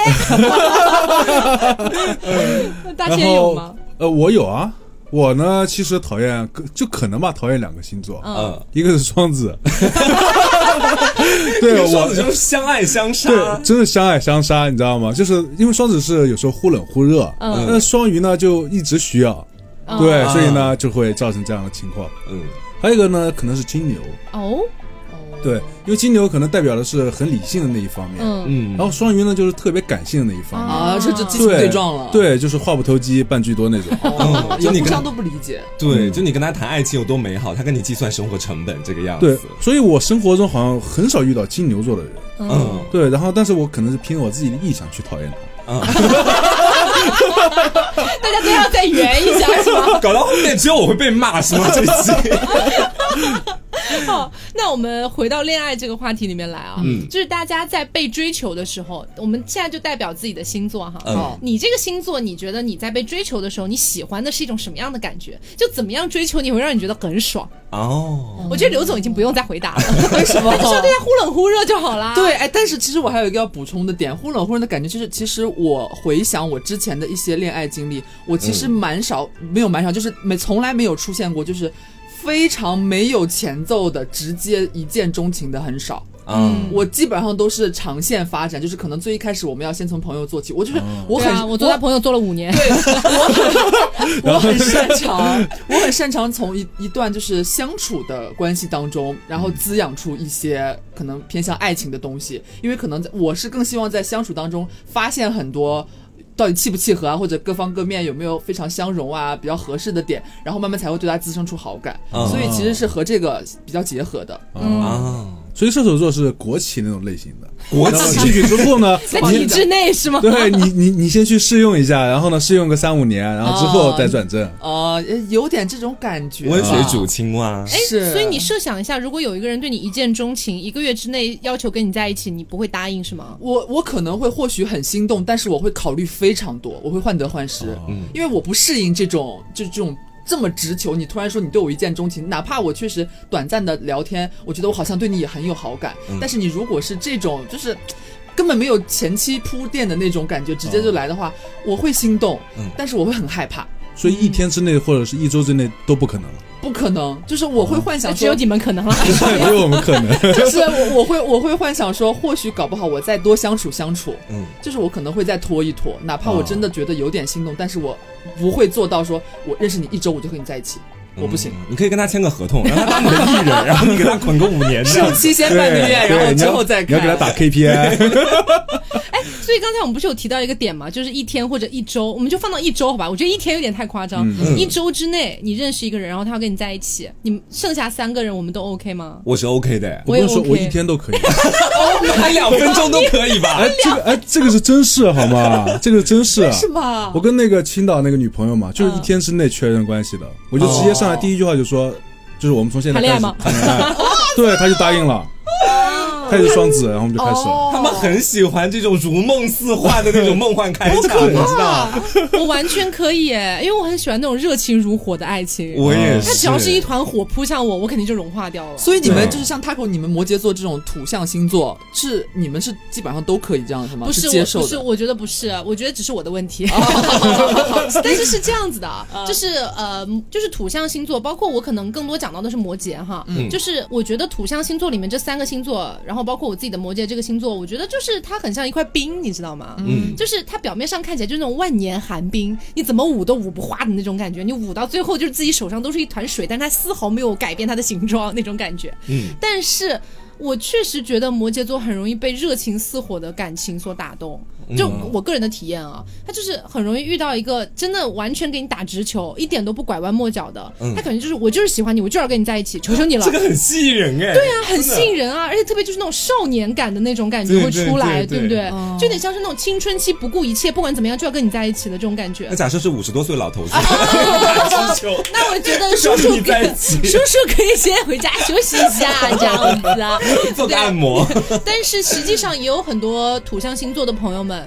S1: 大
S4: 然
S1: 仙有吗
S4: 后？呃，我有啊，我呢其实讨厌就可能吧，讨厌两个星座，
S2: 嗯，
S4: 一个是双 子，对
S2: 双子
S4: 我。
S2: 就是相爱相杀。
S4: 对，真的相爱相杀，你知道吗？就是因为双子是有时候忽冷忽热，
S1: 嗯
S4: 那双鱼呢就一直需要，
S1: 嗯
S4: 对，
S2: 啊
S4: 所以呢就会造成这样的情况。
S2: 嗯
S4: 还有一个呢，可能是金牛，
S1: 哦，
S4: 对，因为金牛可能代表的是很理性的那一方面，
S1: 嗯，
S2: 嗯，
S4: 然后双鱼呢就是特别感性的那一方面，
S3: 啊，这这激情
S4: 对
S3: 对撞了，，
S4: 对，就是话不投机半句多那种。
S3: 哦
S2: 嗯、
S3: 也
S2: 就你
S3: 互
S2: 跟
S3: 相都不理解。
S1: 嗯
S2: 对，就你跟他谈爱情有多美好，他跟你计算生活成本这个样
S4: 对
S2: 子。，
S4: 所以我生活中好像很少遇到金牛座的人。
S2: 嗯
S3: 哦
S4: 对，然后但是我可能是凭我自己的臆想去讨厌他。
S2: 嗯，
S1: 大家都要再圆一下，是 吗？
S2: 搞到后面只有我会被骂是吗？这一期
S1: 好，那我们回到恋爱这个话题里面来啊，
S2: 嗯
S1: 就是大家在被追求的时候，我们现在就代表自己的星座哈。
S2: 嗯
S3: 哦
S1: 你这个星座，你觉得你在被追求的时候，你喜欢的是一种什么样的感觉？就怎么样追求你会让你觉得很爽？
S2: 哦，
S1: 我觉得刘总已经不用再回答了，
S3: 为什么？
S1: 你说对他忽冷忽 热就好啦。啊
S3: 对，哎，但是其实我还有一个要补充的点，忽冷忽热的感觉就是，其实我回想我之前的一些恋爱经历，我其实蛮少，没有蛮少，就是没从来没有出现过，就是非常没有前奏的，直接一见钟情的很少。
S2: 嗯
S3: 我基本上都是长线发展，就是可能最一开始我们要先从朋友做起。我就是我
S1: 对
S3: 很、
S1: 啊，我做他朋友做了五年。，
S3: 我很擅长，我很擅长从一一段就是相处的关系当中，然后滋养出一些可能偏向爱情的东西，因为可能在我是更希望在相处当中发现很多。到底契不契合啊，或者各方各面有没有非常相融啊，比较合适的点，然后慢慢才会对他滋生出好感，
S2: 嗯
S3: 所以其实是和这个比较结合的。
S2: 啊，
S4: 所以射手座是国企那种类型的。
S2: 国
S4: 然后
S2: 企
S4: 进去之后 呢
S1: 在体
S4: 你
S1: 制内是吗？
S4: 对你你你先去试用一下，然后呢试用个三五年，然后之
S3: 哦
S4: 后再转正。
S3: 呃，有点这种感觉吧。
S2: 温水煮青蛙。
S1: 哎，
S3: 是
S1: 所以你设想一下，如果有一个人对你一见钟情，一个月之内要求跟你在一起，你不会答应是 吗？
S3: 我我可能会或许很心动，但是我会考虑非常多，我会患得患失，因为我不适应这种就这种这么直球。你突然说你对我一见钟情，哪怕我确实短暂的聊天，我觉得我好像对你也很有好感，但是你如果是这种就是。根本没有前期铺垫的那种感觉，直接就来的话，我会心动，但是我会很害怕，
S4: 所以一天之内或者是一周之内都不可能了，
S3: 不可能，就是我会幻想
S1: 只
S3: 说，
S1: 有你们可能 了。
S4: 没有我们可能。
S3: 就是我我会我会幻想说，或许搞不好我再多相处相处，
S2: 嗯，
S3: 就是我可能会再拖一拖，哪怕我真的
S4: 啊
S3: 觉得有点心动，但是我不会做到说我认识你一周我就和你在一起，我不
S1: 哎
S3: 行。
S2: 嗯你可以跟他签个合同，让他当你的艺人，然后你给他捆个五年这样
S3: 是。期限半个月，然后之后再
S4: 你要
S3: 看。
S4: 给他打 KPI，
S1: 所以刚才我们不是有提到一个点嘛，就是一天或者一周，我们就放到一周好吧？我觉得一天有点太夸张。一周之内你认识一个人，然后他要跟你在一起，你们剩下三个人我们都 OK 吗？
S2: 我是 OK 的，
S1: 我
S4: 我
S1: 也
S4: 跟你说，
S1: OK
S4: 我一天都可以。
S2: 还两分钟都可以吧
S4: 哎？，这个哎，这个是真事好吗？这个是真事。
S3: 是吗
S4: 我？跟那个青岛那个女朋友嘛，就是一天之内确认关系的，我就直接上来第一句话就说，就是我们从现在
S1: 谈
S4: 开
S1: 恋爱
S4: 始
S1: 吗
S4: 谈恋爱， 对，他就答应了，他也是双子，然后我们就开始了。
S2: 他们很喜欢这种如梦似幻的那种梦幻开场，你知道？
S1: 我完全可以耶，因为我很喜欢那种热情如火的爱情。
S2: 我也
S1: 他只要是一团火扑向我，我肯定就融化掉了。
S3: 所以你们
S4: 嗯
S2: 对
S3: 就是像 Taco，你们摩羯座这种土象星座，是你们是基本上都可以这样是吗？
S1: 不是
S3: 接
S1: 我，
S3: 受
S1: 不是，
S3: 的。
S1: 我觉得不是，啊我觉得只是我的问题。
S3: 哦
S1: 但是是这样子的，啊
S3: 嗯
S1: 就是呃，就是土象星座，包括我可能更多讲到的是摩羯哈，
S3: 嗯
S1: 就是我觉得土象星座里面这三个星座，然后包括我自己的摩羯这个星座，我觉得就是它很像一块冰，你知道吗？嗯，就是它表面上看起来就是那种万年寒冰，你怎么捂都捂不化的那种感觉，你捂到最后就是自己手上都是一团水，但它丝毫没有改变它的形状那种感觉。
S2: 嗯，
S1: 但是我确实觉得摩羯座很容易被热情似火的感情所打动，就我个人的体验啊，他就是很容易遇到一个真的完全给你打直球，一点都不拐弯抹角的，他可能就是我就是喜欢你，我就要跟你在一起，求求你了
S2: 这。个很吸引人哎。
S1: 嗯
S2: 对
S1: 对啊，很吸引人啊，而且特别就是那种少年感的那种感觉
S2: 对
S1: 会出来，
S2: 对对
S1: 不对？
S3: 对
S1: 就有点像是那种青春期不顾一切，不管怎么样就要跟你在一起的这种感觉
S2: 那。假设是五十多岁老头子，
S1: 啊
S2: 打直球，
S1: 那我觉得
S2: 就
S1: 叔
S2: 是要
S1: 叔
S2: 跟你在
S1: 可
S2: 一
S1: 以，
S2: 起，
S1: 叔叔可以先回家休息一下，这样子啊
S2: 做个
S1: 对
S2: 按摩，
S1: 但是实际上也有很多土象星座的朋友们，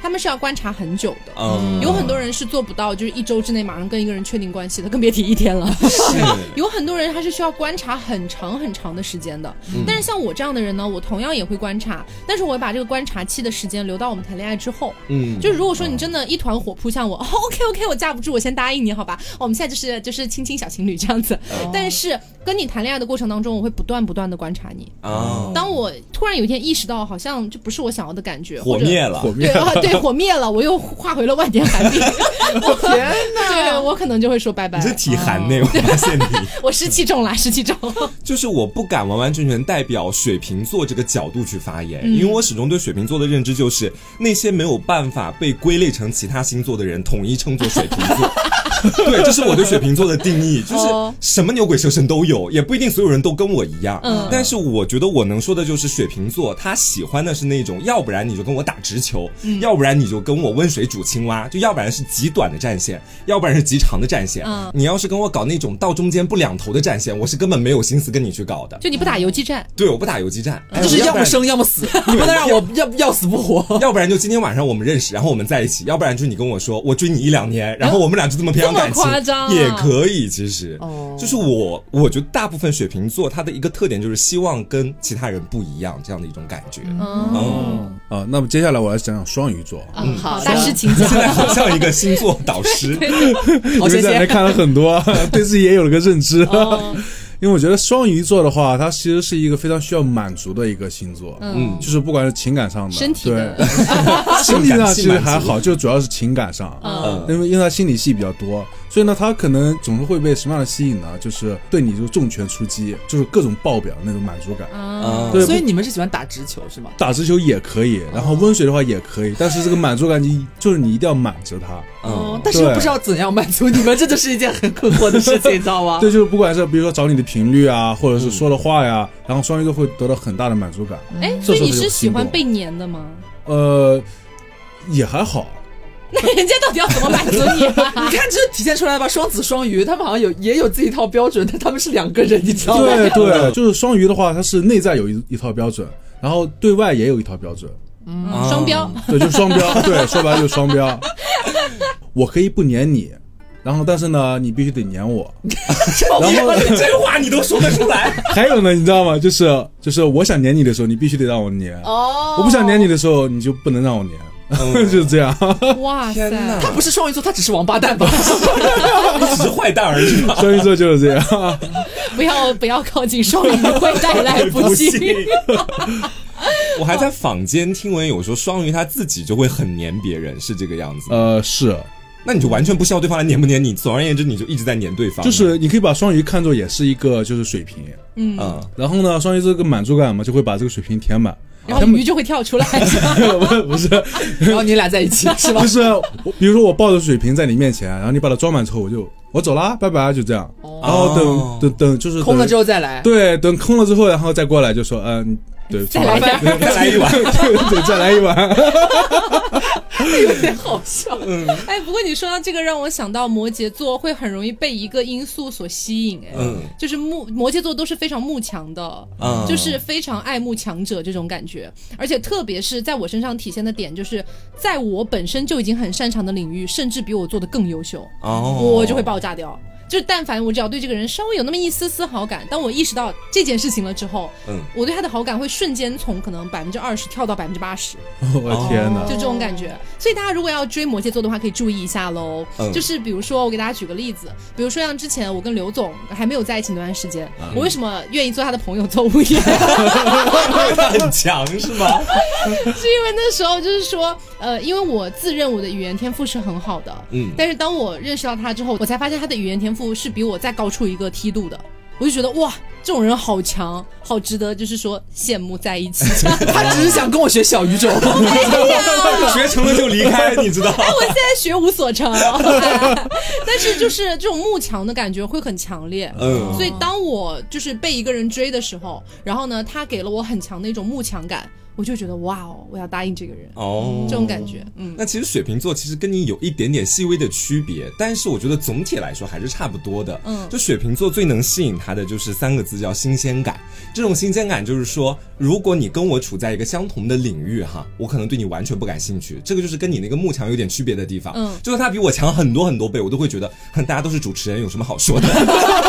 S1: 他们是要观察很久的。
S2: 嗯，
S1: 有很多人是做不到，就是一周之内马上跟一个人确定关系的，更别提一天了。有很多人他是需要观察很长很长的时间的。
S2: 嗯
S1: 但是像我这样的人呢，我同样也会观察，但是我会把这个观察期的时间留到我们谈恋爱之后。
S2: 嗯，
S1: 就是如果说你真的一团火扑向我、 哦、，OK OK，我架不住，我先答应你，好吧？我们现在就是就是亲亲小情侣这样子。
S2: 哦
S1: 但是跟你谈恋爱的过程当中，我会不断不断的观察你。
S2: 啊，
S1: 当我突然有一天意识到，好像就不是我想要的感觉，
S2: 火
S1: 或者
S2: 灭了
S4: 火，
S1: 对啊， 对，火灭了，我又化回了万年寒冰。
S3: 天
S1: 对我可能就会说拜拜
S2: 你。这体寒呢，我
S1: 哦
S2: 发现你。
S1: 我湿气重了，湿气重。
S2: 就是我不敢完完全全代表水瓶座这个角度去发言，因为我始终对水瓶座的认知就是那些没有办法被归类成其他星座的人，统一称作水瓶座。对，这是我对水瓶座的定义，就是什么牛鬼蛇神都有，也不一定所有人都跟我一样。
S1: 嗯
S2: 但是我觉得我能说的就是水瓶座，他喜欢的是那种，要不然你就跟我打直球，
S1: 嗯
S2: 要不然你就跟我温水煮青蛙，就要不然是极短的战线，要不然是极长的战线。
S1: 嗯
S2: 你要是跟我搞那种到中间不两头的战线，我是根本没有心思跟你去搞的。
S1: 就你不打游击战，
S2: 对，我不打游击战，哎
S3: 就是
S2: 我
S3: 要
S2: 不
S3: 么
S2: 然
S3: 生要么 死，你不能让我要要死不活。
S2: 要不然就今天晚上我们认识，然后我们在一起；要不然就是你跟我说我追你一两年，然后我们俩就这么培养感情，
S1: 这么夸张啊
S2: 也可以。其实，
S3: 哦
S2: 就是我，我觉得大部分水瓶座他的一个特点就是希望跟其他人不一样，这样的一种感觉。哦
S1: 嗯，
S4: 啊，那么接下来我来讲讲双鱼座。
S1: 嗯
S3: 好的
S1: 大师请讲
S2: 现。在好像一个星座导 师，
S4: 我
S3: 好，谢
S4: 在那
S3: 谢。
S4: 看了很多，对自己也有了个认知。因为我觉得双鱼座的话，它其实是一个非常需要满足的一个星座，
S1: 嗯，
S4: 就是不管是情感上的、
S1: 身体的
S4: 对身体上其实还
S2: 性满
S4: 好，就主要是情感上，
S1: 嗯
S4: 因为因为他心理戏比较多，所以呢，他可能总是会被什么样的吸引呢？就是对你就重拳出击，就是各种爆表那种满足感。
S2: 嗯
S1: 啊，
S4: 对，
S3: 所以你们是喜欢打直球是吗？
S4: 打直球也可以，然后温水的话也可以，但是这个满足感你就是你一定要满足它。
S3: 哦
S2: 嗯，，
S3: 但是又
S4: 对
S3: 不知道怎样满足你们，这就是一件很困惑的事情，你知道
S1: 哦
S3: 吗？
S4: 对，就是不管是比如说找你的频率啊，或
S2: 嗯
S4: 者是说的话呀，然后双鱼都会得到很大的满足感。
S1: 哎，
S4: 这
S1: 所以
S4: 时候
S1: 你
S4: 就是有
S1: 喜
S4: 心
S1: 欢
S4: 动
S1: 被粘的吗？
S4: 呃，也还好，
S1: 那人家到底要怎么满足你啊？
S3: 你看，这体现出来吧，双子双鱼，他们好像有也有自己一套标准，但他们是两个人，你知道吗？
S4: 对对，就是双鱼的话，它是内在有一一套标准，然后对外也有一套标准，
S1: 嗯双标，
S4: 对，就是双标，对，说白了就是双标。我可以不粘你，然后但是呢，你必须得粘我。然后
S2: 这话你都说得出来？
S4: 还有呢，你知道吗？就是就是我想粘你的时候，你必须得让我粘；
S3: 哦
S4: 我不想粘你的时候，你就不能让我
S2: 嗯
S4: 粘， 就是这样。
S1: 哇
S2: 天
S1: 塞！
S3: 他
S2: 哪，
S3: 不是双鱼座，他只是王八蛋 吧？
S2: 你只是坏蛋而已 嘛。
S4: 双鱼座就是这样。
S1: 不要不要靠近双鱼，会带来不
S2: 不
S1: 幸。
S2: 我还在坊间听闻有说双鱼他自己就会很黏别人，是这个样子。
S4: 呃，是，
S2: 那你就完全不需要对方来黏不黏你，总而言之你就一直在黏对方。
S4: 就是你可以把双鱼看作也是一个就是水瓶，
S2: 嗯，
S4: 然后呢，双鱼这个满足感嘛，就会把这个水瓶填满。
S1: 然后哦鱼就会跳出来。
S4: 不是
S3: 然后你俩在一 起是吧
S4: 不？是，我比如说我抱着水瓶在你面前，然后你把它装满之后，我就我走啦，拜拜，就这样。然后
S2: 哦
S4: 等等等，就是
S3: 空了之
S4: 后，
S3: 后再来。
S4: 对，等空了之后，然后再过来就说，嗯，对，
S1: 再来一
S4: 对
S1: 碗，
S2: 再来一碗。
S4: 对，对再来一 碗。
S3: 有点好笑。
S1: 哎，不过你说到这个，让我想到摩羯座会很容易被一个因素所吸引，哎，
S2: 嗯
S1: 就是木摩羯座都是非常慕强的，
S2: 嗯
S1: 就是非常爱慕强者这种感觉，而且特别是在我身上体现的点，就是在我本身就已经很擅长的领域，甚至比我做的更优秀，
S2: 哦
S1: 我就会爆炸掉。就是但凡我只要对这个人稍微有那么一丝丝好感，当我意识到这件事情了之后，
S2: 嗯
S1: 我对他的好感会瞬间从可能百分之二十跳到百分之八十。
S4: 我的天哪
S2: 哦
S1: 就！这种感觉。所以大家如果要追摩羯座的话，可以注意一下喽。
S2: 嗯
S1: 就是比如说，我给大家举个例子，比如说像之前我跟刘总还没有在一起那段时间，
S2: 嗯
S1: 我为什么愿意做他的朋友做物业？
S2: 他 很强是吗？
S1: 是因为那时候就是说，呃，因为我自认我的语言天赋是很好的，
S2: 嗯
S1: 但是当我认识到他之后，我才发现他的语言天赋是比我再高出一个梯度的。我就觉得哇，这种人好强，好值得，就是说羡慕在一起。
S3: 他只是想跟我学小语 种，
S2: 学成了就离开，你知道？
S1: 我现在学无所成， 但是就是这种慕强的感觉会很强烈。
S2: 嗯
S1: 所以当我就是被一个人追的时候，然后呢，他给了我很强的一种慕强感，我就觉得哇哦，我要答应这个人，
S2: 哦
S1: 这种感觉，嗯。
S2: 那其实水瓶座其实跟你有一点点细微的区别，但是我觉得总体来说还是差不多的。
S1: 嗯
S2: 就水瓶座最能吸引他的就是三个字叫新鲜感。这种新鲜感就是说，如果你跟我处在一个相同的领域哈，我可能对你完全不感兴趣。这个就是跟你那个慕强有点区别的地方。
S1: 嗯
S2: 就是他比我强很多很多倍，我都会觉得，哼，大家都是主持人，有什么好说的？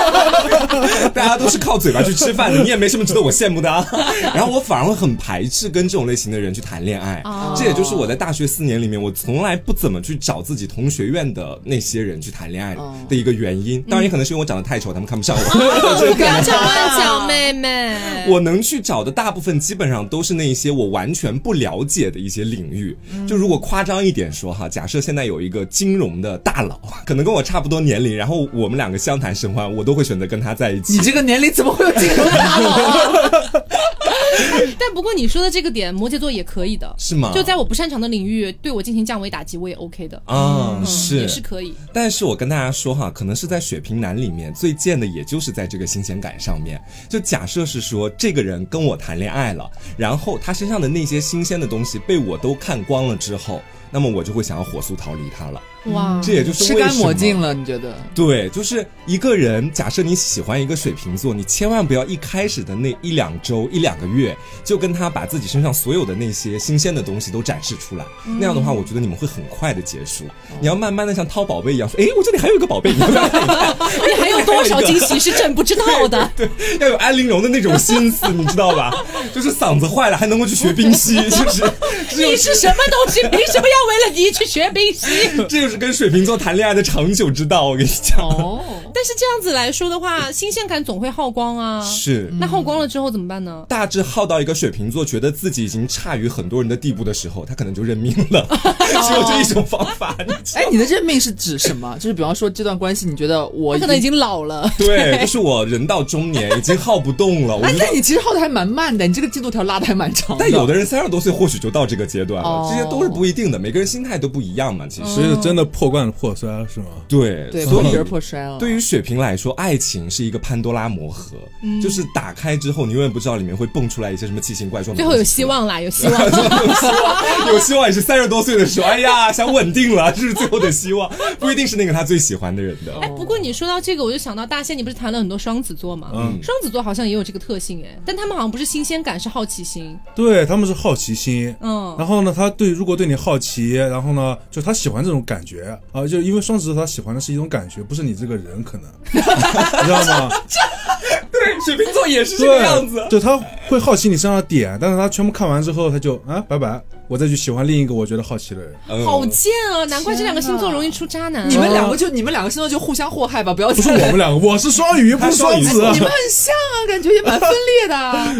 S2: 大家都是靠嘴巴去吃 饭的，你也没什么值得我羡慕的、啊。 然后我反而会很排斥跟这种类型的人去谈恋爱。
S1: 哦
S2: 这也就是我在大学四年里面，我从来不怎么去找自己同学院的那些人去谈恋爱
S3: 哦
S2: 的一个原因。当然，也可能是因为我长得太丑，他们看不上 我。
S1: 不要这样讲，妹妹。
S2: 我能去找的大部分基本上都是那一些我完全不了解的一些领域。
S3: 嗯
S2: 就如果夸张一点说哈，假设现在有一个金融的大佬， 可能跟我差不多年龄，然后我们两个相谈甚欢，我都会选择跟他在一
S3: 你
S2: 起。
S3: 这个年龄怎么会有这个？
S1: 但不过你说的这个点，摩羯座也可以的，
S2: 是吗
S1: 就在我不擅长的领域，对我进行降维打击，我也 OK 的，
S2: 啊、
S1: 嗯，也
S2: 是
S1: 是可以。
S2: 但是我跟大家说哈，可能是在水瓶男里面最贱的，也就是在这个新鲜感上面。就假设是说这个人跟我谈恋爱了，然后他身上的那些新鲜的东西被我都看光了之后，那么我就会想要火速逃离他了。
S1: 哇，
S2: 这也就是
S3: 吃
S2: 为
S3: 干
S2: 什
S3: 抹
S2: 么
S3: 净了，你觉得？
S2: 对，就是一个人，假设你喜欢一个水瓶座，你千万不要一开始的那一两周、一两个月就跟他把自己身上所有的那些新鲜的东西都展示出来，那样的话，我觉得你们会很快的结束。你要慢慢的像掏宝贝一样说，哎，我这里还有一个宝贝，你要不要看一看
S1: 你还有多少惊喜是朕不知道的？
S2: 对，要有安陵容的那种心思，你知道吧？就是嗓子坏了还能够去学冰嬉，就是只有
S1: 你是什么东西？ 凭什么要为了你去学冰嬉？
S2: 这就是跟水瓶座谈恋爱的长久之道，我跟你讲。
S1: 哦， 但是这样子来说的话，新鲜感总会耗光啊。
S2: 是。
S1: 那耗光了之后怎么办呢？
S2: 大致耗到一个水瓶座觉得自己已经差于很多人的地步的时候，他可能就认命了，只有这一种方法。你知道
S3: 哎，你的认命是指什么？就是比方说这段关系，你觉得我
S1: 他可能已经老了。
S2: 对，就是我人到中年已经耗不动了，我
S3: 哎
S2: 觉，得
S3: 但你其实耗的还蛮慢的，你这个进度条拉的还蛮长的。
S2: 但有的人三十多岁或许就到这个阶段了
S3: 哦，
S2: 这些都是不一定的，每个人心态都不一样嘛。其实，
S4: 所以真的破罐子破摔是吗？
S2: 对，
S3: 对
S2: 所
S3: 破
S2: 以
S3: 瓶儿破摔了。
S2: 对于水瓶来说，爱情是一个潘多拉魔盒，就是打开之后，你永远不知道里面会蹦出来一些什么奇形怪状的。
S1: 最后有希。望啦，有希望。
S2: 有希望， 有希望也是三十多岁的时候，哎呀，想稳定了，这是最后的希望，不一定是那个他最喜欢的人的。
S1: 哎，不过你说到这个，我就想到大仙，你不是谈了很多双子座吗？
S2: 嗯
S1: 双子座好像也有这个特性哎，但他们好像不是新鲜感，是好奇心。
S4: 对，他们是好奇心，
S1: 嗯
S4: 然后呢，他对如果对你好奇，然后呢，就他喜欢这种感觉啊、就因为双子座他喜欢的是一种感觉，不是你这个人可能，你知道吗？
S2: 对，水瓶座也 是这个样子
S4: 对，。就他会好奇你身上的点，但是他全部看完之后，他就啊拜拜，我再去喜欢另一个我觉得好奇 的人。
S2: 嗯
S1: 好贱啊！难怪这两个星座容易出渣男、啊
S3: 你们两个就你们两个星座就互相祸害吧，不要
S4: 哦不
S3: 不
S4: 是我们两个，我是双鱼，不
S2: 他
S4: 是双
S2: 双鱼
S4: 子。
S2: 座
S3: 你们很像啊，感觉也蛮分裂的啊。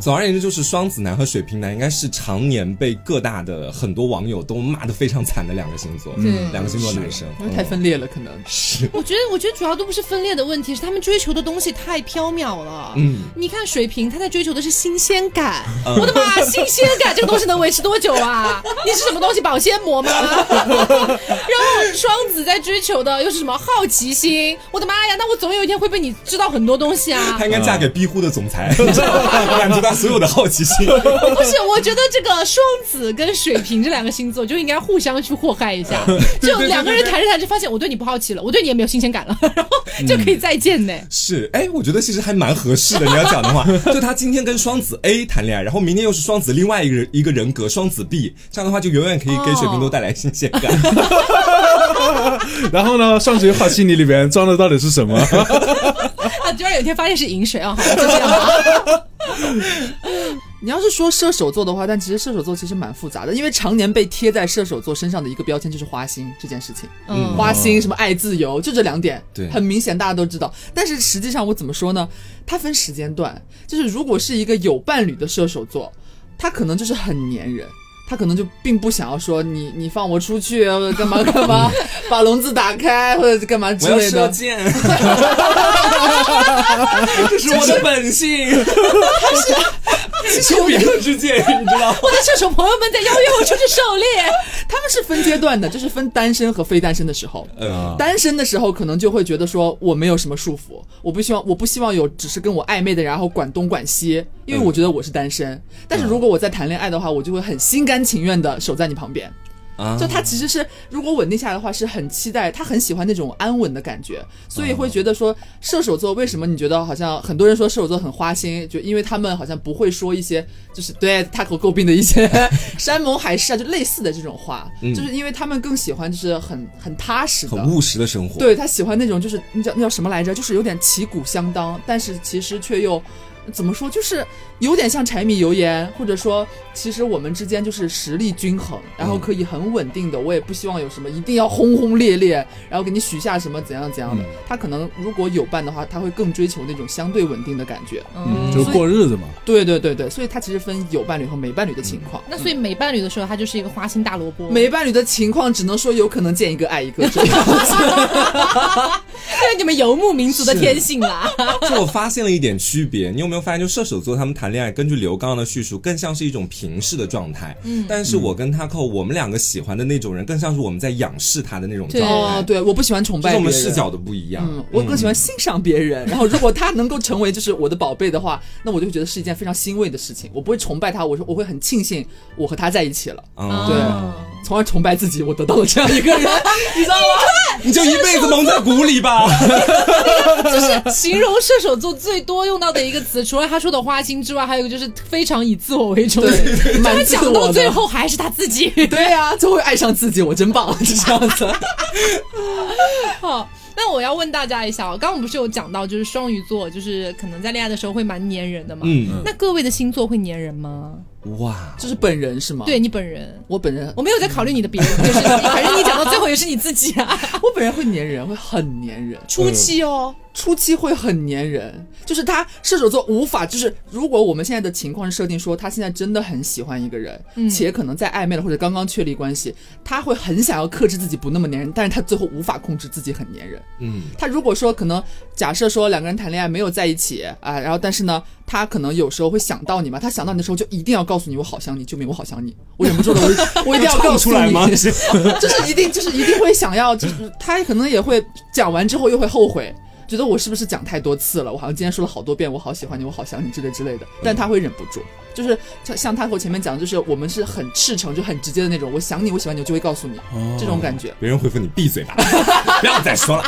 S2: 总而言之，就是双子男和水瓶男应该是常年被各大的很多网友都骂的非常惨的两个星座，
S1: 对
S2: 两个星座男生
S3: 因为太分裂了，可能
S2: 是，
S1: 我觉得，我觉得主要都不是分裂的问题，是他们追求的东西太缥缈了。
S2: 嗯，
S1: 你看水瓶，他在追求的是新鲜感。我的妈，新鲜感这个东西能维持多久啊？你是什么东西保鲜膜吗？然后双子在追求的又是什么好奇心？我的妈呀，那我总有一天会被你知道很多东西啊
S2: 他！应该嫁给逼乎的总裁，你知道吗？满足他所有的好奇心。
S1: 不是，我觉得这个双子跟水瓶这两个星座就应该互相去祸害一下，就两个人谈着谈着发现我对你不好奇了，我对你也没有新鲜感了，然后就可以再见呢。
S2: 是，哎，我觉得其实还蛮合适的。你要讲的话， 就他今天跟双子 A 谈恋爱，然后明天又是双子另外一个人一个人格双子 B，这样的话就永远可以给水瓶
S3: 哦
S2: 座带来新鲜感。
S4: 然后呢，上次有好奇你里面装的到底 是什么？
S1: 啊，居然有一天发现是饮水啊！好就
S3: 你要是说射手座的话，但其实射手座其实蛮复杂的，因为常年被贴在射手座身上的一个标签就是花心这件事情。
S1: 嗯
S3: 花心什么爱自由，就这两点，
S2: 对
S3: 很明显大家都知道。但是实际上我怎么说呢？它分时间段，就是如果是一个有伴侣的射手座，他可能就是很粘人。他可能就并不想要说你你放我出去或者干嘛干嘛， 把笼子打开或者是干嘛之
S2: 我要
S3: 类
S2: 射
S3: 的。
S2: 箭， 这是我的本 性，丘比特之箭，你 知
S3: 啊
S2: 道吗？
S1: 我的射手朋友们在邀约我出去狩猎，
S3: 他们是分阶段的，就是分单身和非单身的时候。
S2: 嗯，
S3: 单身的时候，可能就会觉得说我没有什么束缚，我不希望我不希望有只是跟我暧昧的，然后管东管西，因为我觉得我是单身。但是如果我在谈恋爱的话，我就会很心甘情愿的守在你旁边。嗯
S2: 啊
S3: 就他其实是如果稳定下来的话，是很期待，他很喜欢那种安稳的感觉，所以会觉得说射手座为什么你觉得好像很多人说射手座很花心，就因为他们好像不会说一些就是对他口诟病的一些 山盟海誓啊，就类似的这种话，就是因为他们更喜欢就是很很踏实的，
S2: 很务实的生活。
S3: 对他喜欢那种就是那叫那叫什么来着？就是有点旗鼓相当，但是其实却又怎么说，就是有点像柴米油盐，或者说其实我们之间就是实力均衡，然后可以很稳定的。我也不希望有什么一定要轰轰烈烈，然后给你许下什么怎样怎样的。他可能如果有伴的话，他会更追求那种相对稳定的感觉。
S1: 嗯，
S4: 就是过日子 嘛。
S3: 对对对对，所以他其实分有伴侣和没伴侣的情况。
S1: 那所以没伴侣的时候，他就是一个花心大萝卜。
S3: 没伴侣的情况，只能说有可能见一个爱一个。这样
S1: 对你们游牧民族的天性啦。
S2: 就我发现了一点区别，你有没有发现？就射手座他们谈恋爱，根据刘刚刚的叙述，更像是一种平视的状态。嗯，但是我跟他扣，我们两个喜欢的那种人，更像是我们在仰视他的那种状态。
S3: 哦，对，我不喜欢崇
S2: 就
S3: 拜
S2: 是
S3: 别
S2: 我
S3: 人。
S2: 们视角的不一样。
S3: 嗯，我更喜欢欣赏别人。然后，如果他能够成为就是我的宝贝的话，那我就会觉得是一件非常欣慰的事情。我不会崇拜他，我说我会很庆幸我和他在一起了，
S1: 啊
S2: 嗯，
S3: 对从而崇拜自己，我得到了这样一个人，你知道 吗？
S2: 你就一辈子蒙在鼓里吧。
S1: 就是形容射手座最多用到的一个词，除了他说的花心之外，还有一个就是非常以自我为中心，
S3: 对
S1: 就
S3: 蛮
S1: 是
S3: 自
S1: 讲
S3: 我
S1: 到
S3: 的
S1: 最后还是他自 己。
S3: 对呀、就会爱上自己，我真棒，就这样子。
S1: 好，那我要问大家一下哦，刚刚我们不是有讲到，就是双鱼座，就是可能在恋爱的时候会蛮粘人的嘛。
S2: 嗯，
S1: 那各位的星座会粘人吗？
S2: 哇，
S3: 这是本人是吗？
S1: 对，你本人，
S3: 我本人
S1: 我没有在考虑你的别人，就是你反正你讲到最后也是你自己
S2: 嗯
S1: 啊。
S3: 我本人会粘人，会很粘人，
S1: 初期哦，
S3: 初期会很粘人，就是他射手座无法，就是如果我们现在的情况是设定说他现在真的很喜欢一个人，
S1: 嗯
S3: 且可能在暧昧了或者刚刚确立关系，他会很想要克制自己不那么粘人，但是他最后无法控制自己很粘人。
S2: 嗯，
S3: 他如果说可能假设说两个人谈恋爱没有在一起啊，然后但是呢，他可能有时候会想到你嘛，他想到你的时候就一定要告诉你我好想你，救命我好想你，我忍不住的，我我一定要告
S2: 唱
S3: 诉
S2: 出来
S3: 你？
S2: 吗？
S3: 就是一定就是一定会想要，就是他可能也会讲完之后又会后悔，觉得我是不是讲太多次了？我好像今天说了好多遍，我好喜欢你，我好想你之类之类的，但他会忍不住。就是像像他和我前面讲的，就是我们是很赤诚，就很直接的那种。我想你，我喜欢你，我就会告诉你、这种感觉。
S2: 别人回复你闭嘴吧， 不要再说了。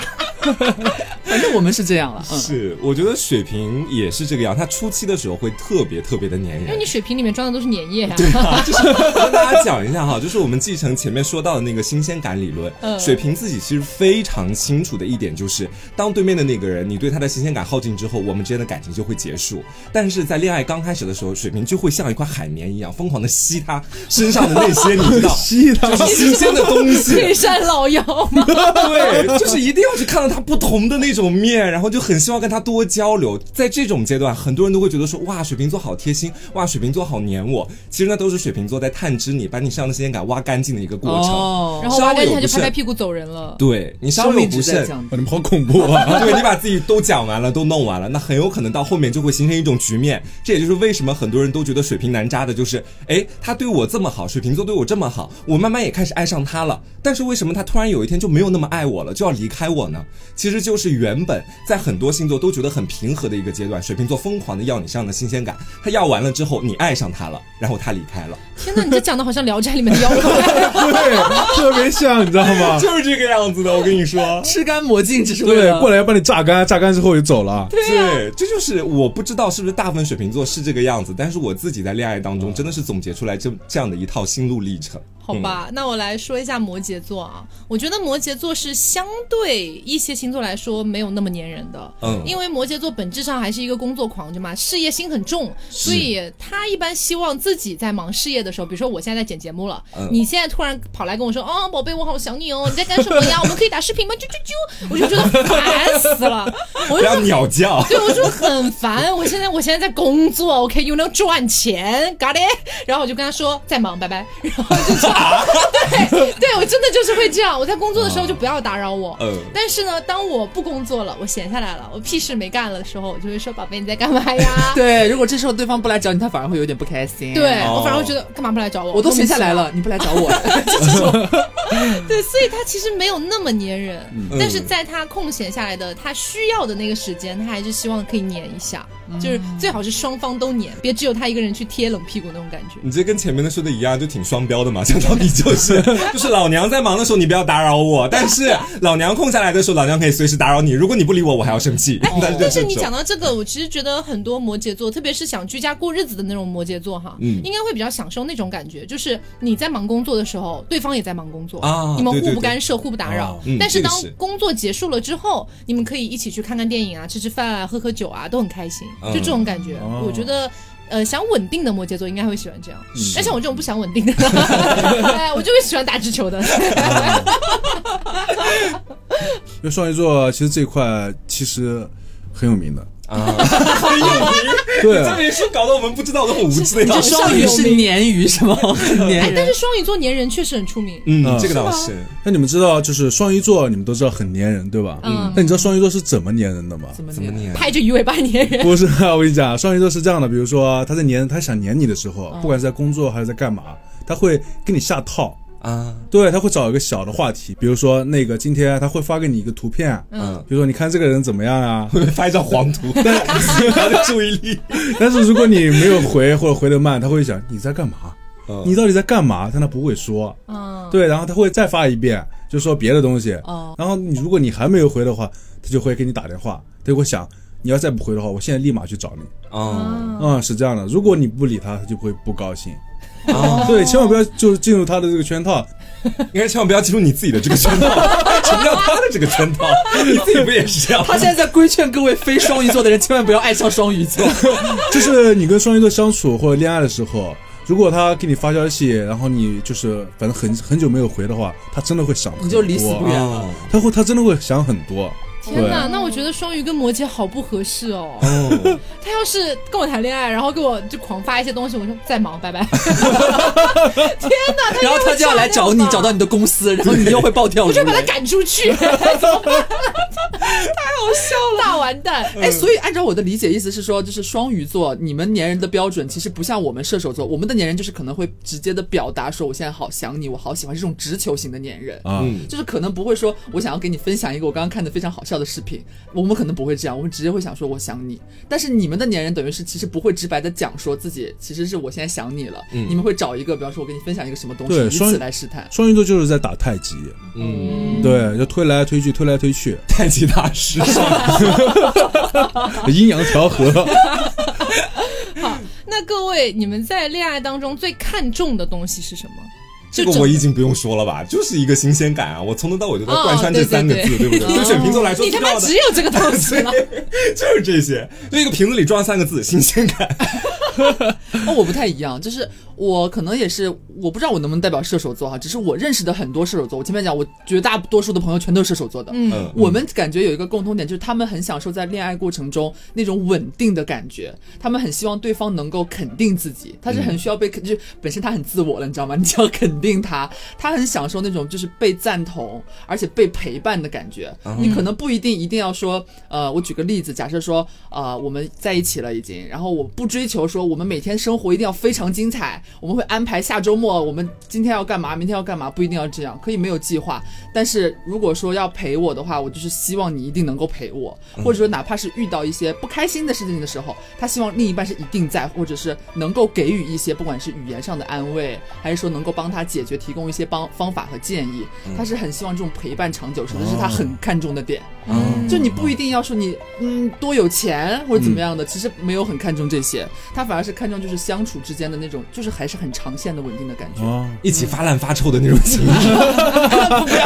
S3: 反正我们是这样了，嗯。
S2: 是，我觉得水瓶也是这个样，他初期的时候会特别特别的粘
S1: 因为
S2: 人
S1: 哎你。水瓶里面装的都是粘液啊呀。
S2: 跟大家讲一下哈，就是我们继承前面说到的那个新鲜感理论，
S1: 嗯
S2: 水瓶自己其实非常清楚的一点就是，当对面的那个人你对他的新鲜感耗尽之后，我们之间的感情就会结束。但是在恋爱刚开始的时候，水瓶就会像一块海绵一样疯狂的吸他身上的那些，你 知道，
S4: 吸他
S2: 就是新鲜的东西，
S1: 退山老妖 吗？
S2: 对，就是一定要去看到他不同的那种面，然后就很希望跟他多交流。在这种阶段，很多人都会觉得说，哇，水瓶座好贴心，哇，水瓶座好黏我。其实那都是水瓶座在探知你，把你身上的新鲜感挖干净的一个过程。
S3: 哦
S1: 然后挖干净他就
S2: 稍
S1: 拍拍
S2: 有不慎
S1: 屁股走人了。
S2: 对你稍
S3: 生
S2: 有
S3: 命
S2: 不
S3: 值在
S2: 慎，
S3: 降低。
S4: 哇你们好恐怖 啊！
S2: 对你把自己都讲完了，都弄完了，那很有可能到后面就会形成一种局面。这也就是为什么很多人都觉得水瓶男渣的，就是哎，他对我这么好，水瓶座对我这么好，我慢慢也开始爱上他了。但是为什么他突然有一天就没有那么爱我了，就要离开我呢？其实就是原本在很多星座都觉得很平和的一个阶段，水瓶座疯狂的要你身上的新鲜感，他要完了之后，你爱上他了，然后他离开了，
S1: 天哪，你这讲的好像《聊斋》里面的妖怪。
S4: 对，特别像，你知道吗？
S2: 就是这个样子的。我跟你说，
S3: 吃干抹净只是为
S4: 对
S2: 啊
S3: 了，？
S4: 过来要把你榨干，榨干之后就走了。
S2: 对、
S1: 啊
S2: 这就是我不知道是不是大部分水瓶座是这个样子，但是我自己在恋爱当中真的是总结出来这这样的一套心路历程。嗯
S1: 好吧，那我来说一下摩羯座啊。我觉得摩羯座是相对一些星座来说没有那么粘人的，
S2: 嗯
S1: 因为摩羯座本质上还是一个工作狂，对吗？事业心很重，所以他一般希望自己在忙事业的时候，比如说我现在在剪节目了，
S2: 嗯
S1: 你现在突然跑来跟我说，啊，宝贝，我好想你哦，你在干什么呀？我们可以打视频吗？啾啾啾，我就觉得烦死了，我
S2: 不
S1: 就
S2: 要鸟 叫。
S1: 对，我就很烦。我现在我现在在工作，OK，又能赚钱，got it。然后我就跟他说再忙，拜拜。然后就这样。对对，我真的就是会这样。我在工作的时候就不要打扰我。
S2: 嗯
S1: 但是呢，当我不工作了，我闲下来了，我屁事没干了的时候，我就会说宝贝你在干嘛呀
S3: 对，如果这时候对方不来找你，他反而会有点不开心。
S1: 对，我反而会觉得干嘛不来找我？
S3: 我都闲下来
S1: 了。
S3: 了，你不来找 我，
S1: 对，所以他其实没有那么粘人，但是在他空闲下来的他需要的那个时间，他还是希望可以粘一下，就是最好是双方都粘，别只有他一个人去贴冷屁股那种感觉。
S2: 你这跟前面的说的一样，就挺双标的嘛。讲到底就是，就是老娘在忙的时候你不要打扰我，但是老娘空下来的时候，老娘可以随时打扰你。如果你不理我，我还要生气。 那就
S1: 哎但是
S2: 这
S1: 你
S2: 种
S1: 讲到这个，我其实觉得很多摩羯座，特别是想居家过日子的那种摩羯座哈，
S2: 嗯
S1: 应该会比较享受那种感觉，就是你在忙工作的时候，对方也在忙工作
S2: 啊
S1: 你们
S2: 对对
S1: 互不
S2: 对
S1: 干涉、互不打扰
S4: 哦。
S2: 嗯
S1: 但是
S2: 这个
S1: 当
S2: 是
S1: 工作结束了之后，你们可以一起去看看电影啊、吃吃饭啊、喝喝酒啊，都很开心，
S2: 嗯
S1: 就这种感觉，
S4: 哦
S1: 我觉得。呃，想稳定的摩羯座应该会喜欢这样，
S2: 嗯
S1: 但像我这种不想稳 定的，哎，我就会喜欢打直球的。
S4: 因为双鱼座其实这一块其实很有名的，
S2: 啊，
S4: 对
S2: 这么一说，搞得我们不知道，我都很无知的样子。
S1: 啊
S3: 双鱼是鲶鱼是 吗？
S1: 哎
S3: 鲶，
S1: 但
S3: 人。
S1: 是双鱼座粘人确实很出名，
S2: 嗯，
S4: 嗯
S2: 这个倒是。
S4: 那你们知道，就是双鱼座，你们都知道很粘人，对吧？
S1: 嗯
S4: 那你知道双鱼座是怎么粘人的吗？
S3: 怎么
S2: 怎么
S3: 鲶？
S2: 念？
S1: 拍着鱼尾巴粘人。
S4: 不是，我跟你讲，双鱼座是这样的，比如说他在粘，他想粘你的时候，不管是在工作还是在干嘛，他会跟你下套。
S2: 啊，
S4: 对，他会找一个小的话题，比如说那个今天他会发给你一个图片，
S2: 嗯
S4: 比如说你看这个人怎么样啊？
S2: 会不会发一张黄 图， 他的注意力。
S4: 但是如果你没有回或者回的慢，他会想你在干嘛？
S2: 嗯
S4: 你到底在干嘛？但他不会说，
S1: 嗯，
S4: 对，然后他会再发一遍，就说别的东西。
S3: 哦
S4: 然后你如果你还没有回的话，他就会给你打电话，他就会想你要再不回的话，我现在立马去找你。
S2: 哦，
S4: 嗯，是这样的，如果你不理他，他就会不高兴。
S3: 哦
S4: 对，千万不要就是进入他的这个圈套。
S2: 应该千万不要进入你自己的这个圈套， 什么叫他的这个圈套？你自己不也是这样吗？
S3: 他现在在规劝各位非双鱼座的人，千万不要爱上双鱼座。
S4: 就是你跟双鱼座相处或者恋爱的时候，如果他给你发消息，然后你就是反正很很久没有回的话，他真的会想很多，
S3: 你就
S4: 啊
S3: 离死不远
S2: 嗯
S3: 了。
S4: 他会他真的会想很多。
S1: 天哪，那我觉得双鱼跟摩羯好不合适哦。
S2: 哦，
S1: 他要是跟我谈恋爱，然后给我就狂发一些东西，我说在忙，拜拜。天哪，他
S3: 然后他就要来找你，找
S1: 到
S3: 到你的公司，然后你又会暴跳如
S1: 我就把他
S3: 雷。
S1: 赶出去， 太好笑了，大完蛋。
S3: 哎，所以按照我的理解，意思是说，就是双鱼座，你们粘人的标准其实不像我们射手座，我们的粘人就是可能会直接的表达说，我现在好想你，我好喜欢，这种直球型的粘人。
S4: 啊，
S2: 嗯，
S3: 就是可能不会说，我想要给你分享一个我刚刚看的非常好笑的视频，我们可能不会这样，我们直接会想说我想你。但是你们的年人等于是其实不会直白的讲说自己其实是我现在想你了，
S2: 嗯
S3: 你们会找一个，比方说我给你分享一个什么东西，
S4: 对
S3: 以
S4: 双
S3: 此来试探。
S4: 双鱼座就是在打太极，
S2: 嗯，
S4: 对，就推来推去，推来推去，
S2: 太极大师，
S4: 阴阳调和。
S1: 好，那各位，你们在恋爱当中最看重的东西是什么？
S2: 这个
S1: 整
S2: 我已经不用说了吧，就是一个新鲜感啊！我从头到尾都在贯穿这三个字，
S1: 哦对
S2: 对
S1: 对
S2: 不
S1: 对
S2: 对？对选民座来说，
S1: 你他
S2: 重
S1: 妈
S2: 要的
S1: 只有这个东西 了。
S2: 就是这些，就一个瓶子里装三个字，新鲜感。
S3: 哦，我不太一样，就是我可能也是，我不知道我能不能代表射手座哈，只是我认识的很多射手座，我前面讲，我绝大多数的朋友全都是射手座的，
S1: 嗯
S2: 嗯，
S3: 我们感觉有一个共通点，就是他们很享受在恋爱过程中那种稳定的感觉，他们很希望对方能够肯定自己，他是很需要被肯，就是本身他很自我了，你知道吗？你就要肯定他，他很享受那种就是被赞同而且被陪伴的感觉。你可能不一定一定要说，呃，我举个例子，假设说，呃，我们在一起了已经，然后我不追求说我们每天生活一定要非常精彩，我们会安排下周末我们今天要干嘛，明天要干嘛，不一定要这样，可以没有计划，但是如果说要陪我的话，我就是希望你一定能够陪我，或者说哪怕是遇到一些不开心的事情的时候，他希望另一半是一定在，或者是能够给予一些不管是语言上的安慰，还是说能够帮他解决，提供一些帮方法和建议，他是很希望这种陪伴长久，这是他很看重的点。
S1: 嗯
S3: 就你不一定要说你嗯多有钱或者怎么样的，其实没有很看重这些，他反而是看重就是相处之间的那种，就是还是很长线的稳定的感觉。
S4: 啊，
S2: 一起发烂发臭的那种情谊，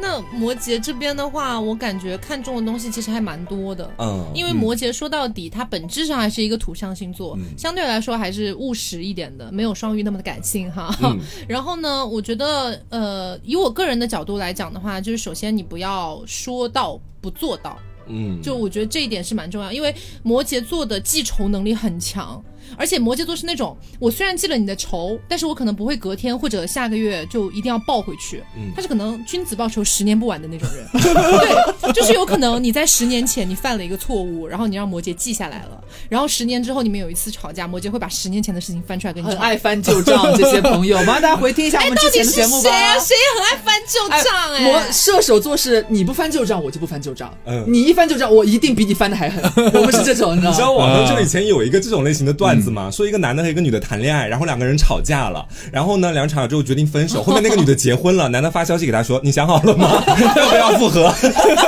S1: 那摩羯这边的话，我感觉看重的东西其实还蛮多的。
S2: 嗯，
S1: 因为摩羯说到底，它本质上还是一个土象星座，相对来说还是务实一点的，没有双鱼那么的感性哈。 然后呢，我觉得呃，以我个人的角度来讲的话，就是首先你不要说到不做到，
S2: 嗯，
S1: 就我觉得这一点是蛮重要，因为摩羯座的记仇能力很强，而且摩羯座是那种我虽然记了你的仇，但是我可能不会隔天或者下个月就一定要报回去，他是可能君子报仇十年不晚的那种人， 对，就是有可能你在十年前你犯了一个错误，然后你让摩羯记下来了，然后十年之后你们有一次吵架，摩羯会把十年前的事情翻出来跟你
S3: 很
S1: 吵。
S3: 爱翻旧账，这些朋友，麻烦大家回听一下我们
S1: 到
S3: 之
S1: 底
S3: 前的
S1: 是
S3: 节目
S1: 谁
S3: 吧。
S1: 啊？谁很爱翻旧
S3: 哎
S1: 账哎、
S3: 摩射手座是你不翻旧账，我就不翻旧账。
S2: 嗯
S3: 你一翻旧账，我一定比你翻的还狠。我们是这种，你知
S2: 你知
S3: 道
S2: 道
S3: 吗？
S2: 网上这里以前有一个这种类型的段子吗？说一个男的和一个女的谈恋爱，然后两个人吵架了，然后呢，两场之后决定分手。后面那个女的结婚了，男的发消息给她说：“你想好了吗？ 要不要复合？”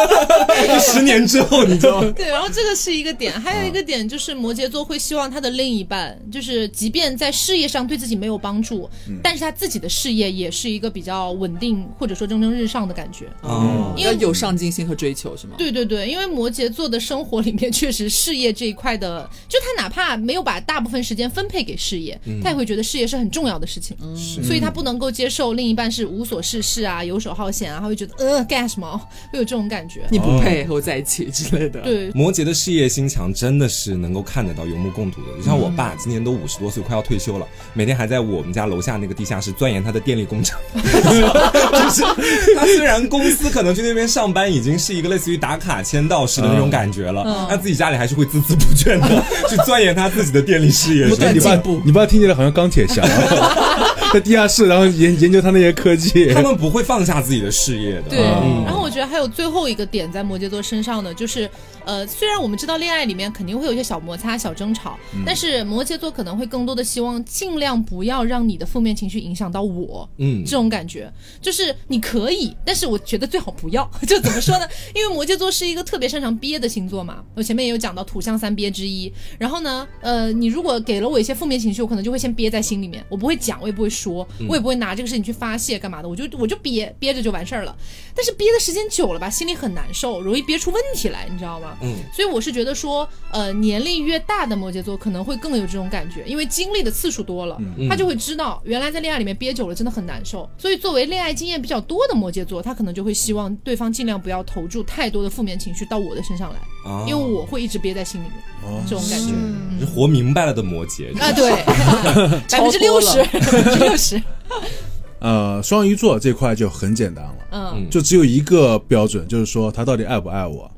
S2: 就十年之后，你知道吗？
S1: 对，然后这个是一个点，还有一个点就是摩羯座会希望他的另一半，就是即便在事业上对自己没有帮助，但是他自己的事业也是一个比较稳定或者说蒸蒸日上的感觉。
S3: 啊
S2: 哦，
S1: 因
S3: 要
S1: 为
S3: 有上进心和追求，是吗？
S1: 对对对，因为摩羯座的生活里面确实事业这一块的，就他哪怕没有把大部分时间分配给事业，他也会觉得事业是很重要的事情，所以他不能够接受另一半是无所事事啊、游手好闲啊，他会觉得呃干什么， 会有这种感觉。
S3: 你不配和我在一起之类的。，
S1: 对，
S2: 摩羯的事业心强真的是能够看得到、有目共睹的。就像我爸今年都五十多岁，快要退休了，每天还在我们家楼下那个地下室钻研他的电力工程。 就是他虽然公司可能去那边上班，已经是一个类似于打卡签到式的那种感觉了
S1: 嗯，
S2: 但自己家里还是会孜孜不倦 的去钻研他自己的电力事业。
S3: 不
S2: 所以
S3: 断
S2: 你
S3: 进
S2: 爸
S3: 步。
S4: 你爸听起来好像钢铁侠，啊 在地下室，然后研研究他那些科技
S2: 他。们不会放下自己的事业的。
S1: 对，
S4: 嗯
S1: 然后我觉得还有最后一个点在摩羯座身上呢，就是，呃，虽然我们知道恋爱里面肯定会有一些小摩擦、小争吵，但是摩羯座可能会更多的希望尽量不要让你的负面情绪影响到我，
S2: 嗯
S1: 这，种感觉，就是你可以，但是我觉得最好不要。就怎么说呢？因为摩羯座是一个特别擅长憋的星座嘛，我前面也有讲到土象三憋之一。然后呢，呃，你如果给了我一些负面情绪，我可能就会先憋在心里面，我不会讲，我也不会说，我也不会拿这个事情去发泄干嘛的，我就我就憋憋着就完事儿了。但是憋的时间久了吧，心里很难受，容易憋出问题来，你知道吗？
S2: 嗯，
S1: 所以我是觉得说，呃，年龄越大的摩羯座可能会更有这种感觉，因为经历的次数多了，
S2: 嗯
S1: 他就会知道原来在恋爱里面憋久了真的很难受。所以作为恋爱经验比较多的摩羯座，他可能就会希望对方尽量不要投注太多的负面情绪到我的身上来，
S2: 啊
S1: 因为我会一直憋在心里面，这种感觉。
S2: 哦是活明白了的摩羯，
S1: 啊， 对， 百分之六十，百分之六十，
S4: 呃，双鱼座这块就很简单了，
S1: 嗯，
S4: 就只有一个标准，就是说他到底爱不爱 我。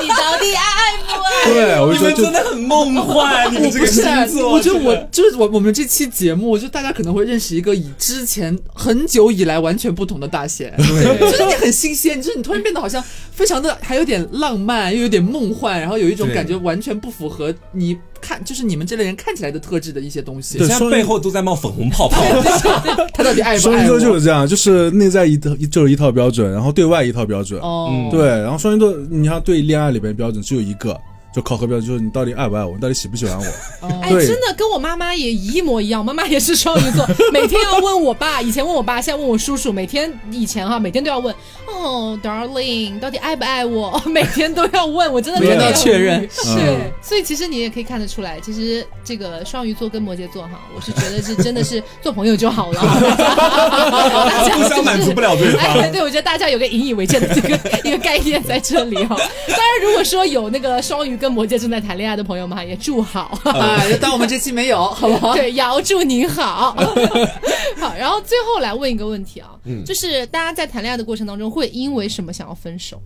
S5: 你到底爱不爱？
S4: 对，我就
S2: 你
S4: 说
S2: 们
S4: 就
S2: 真的很梦幻，你们这个
S3: 不是啊
S2: 星，座，
S3: 我觉得我就是我我们这期节目，就大家可能会认识一个以之前很久以来完全不同的 大贤，就是你很新鲜，就是你突然变得好像非常的还有点浪漫，又有点梦幻，然后有一种
S2: 对
S3: 感觉完全不符合你看就是你们这类人看起来的特质的一些东西
S2: 你。
S4: 对
S2: 现在背后都在冒粉红泡泡，
S3: 他到底爱不
S4: 双
S3: 爱
S4: 鱼
S3: 我？
S4: 座就是这样，就是内在一套一就是一套标准，然后对外一套标准。
S3: 哦，
S2: 嗯
S4: 对，然后双鱼座，你像对恋爱里边标准只有一个，就考核标准，就是你到底爱不爱我，你到底喜不喜欢我。
S1: 哎，
S4: 对
S1: 真的跟我妈妈也一模一样，我妈妈也是双 鱼座，每天要问我爸，以前问我爸，现在问我叔叔，每天以前哈，每天都要问，哦，darling，到底爱不爱我？哦每天都要问，我真的
S3: 每
S1: 觉
S3: 天都要
S1: 得
S3: 确认，
S1: 是，
S4: 嗯
S1: 所以其实你也可以看得出来，其实这个双鱼座跟摩羯座哈，我是觉得是真的是做朋友就 好了，大家
S2: 互相满足不了对方
S1: 哎， 对，我觉得大家有个引以为戒的 这个一个概念在这里哈。当然，如果说有那个双鱼跟摩羯正在谈恋爱的朋友们哈，也祝好。
S3: 啊，就当我们这期没有，好不 好？
S1: 对，瑶祝您好。 好，然后最后来问一个问题啊，就是大家在谈恋爱的过程当中，会因为什么想要分手？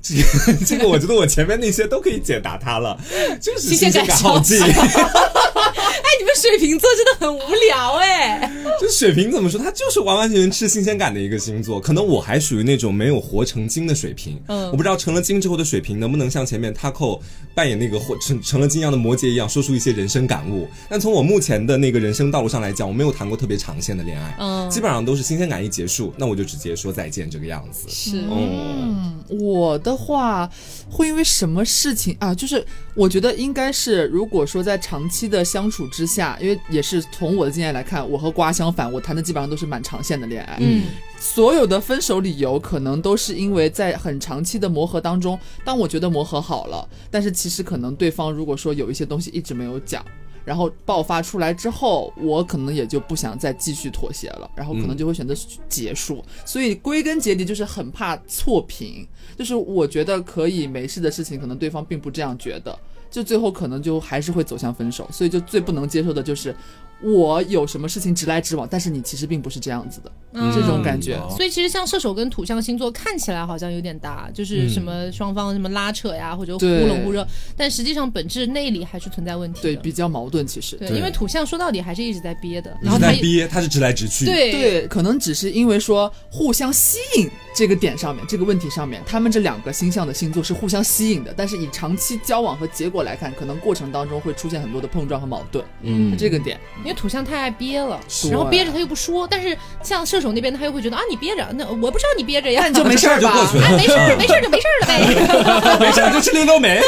S2: 这个这个，我觉得我前面那些都可以解答他了，就是
S1: 新鲜感
S2: 耗尽。
S1: 哎，你们水瓶座真的很无聊哎、
S2: 就水瓶怎么说，他就是完完全全吃新鲜感的一个星座。可能我还属于那种没有活成精的水瓶，
S1: 嗯
S2: 我不知道成了精之后的水瓶能不能像前面 Taco 扮演那个活成成了精一样的摩羯一样，说出一些人生感悟。但从我目前的那个人生道路上来讲，我没有谈过特别长线的恋爱，
S1: 嗯
S2: 基本上都是新鲜感一结束，那我就直接说再见这个样子。
S1: 是
S2: 嗯，
S3: 我的话，会因为什么事情啊？就是我觉得应该是，如果说在长期的相处之下，因为也是从我的经验来看，我和瓜相反，我谈的基本上都是蛮长线的恋爱。
S1: 嗯
S3: 所有的分手理由，可能都是因为在很长期的磨合当中，当我觉得磨合好了，但是其实可能对方如果说有一些东西一直没有讲，然后爆发出来之后，我可能也就不想再继续妥协了，然后可能就会选择结束。所以归根结底就是很怕错评，就是我觉得可以没事的事情，可能对方并不这样觉得。就最后可能就还是会走向分手，所以就最不能接受的就是我有什么事情直来直往，但是你其实并不是这样子的，嗯
S2: 嗯
S3: 这种感觉。
S4: 哦
S1: 所以其实像射手跟土象星座看起来好像有点搭，就是什么双方什么拉扯呀，或者忽
S3: 对
S1: 冷忽热，但实际上本质内里还是存在问题的。
S3: 对，比较矛盾其实。
S1: 对，
S2: 对
S1: 因为土象说到底还是一直在憋的，
S2: 你
S1: 然后
S2: 是
S1: 他
S2: 在
S1: 也
S2: 憋，他是直来直去。
S1: 对
S3: 对，可能只是因为说互相吸引这个点上面，这个问题上面，他们这两个星象的星座是互相吸引的，但是以长期交往和结果来看，可能过程当中会出现很多的碰撞和矛盾。
S2: 嗯
S3: 这个点，
S1: 因为土象太爱憋了，
S3: 是
S1: 然后憋着他又不说，但是像射手那边他又会觉得啊你憋着，那我不知道你憋着呀，
S3: 那 你就没事
S2: 这
S3: 儿
S2: 事儿就
S3: 吧？
S2: 过去了嗯
S1: 哎没事儿没事儿就没事儿了呗。
S2: 没事，就吃绿豆梅。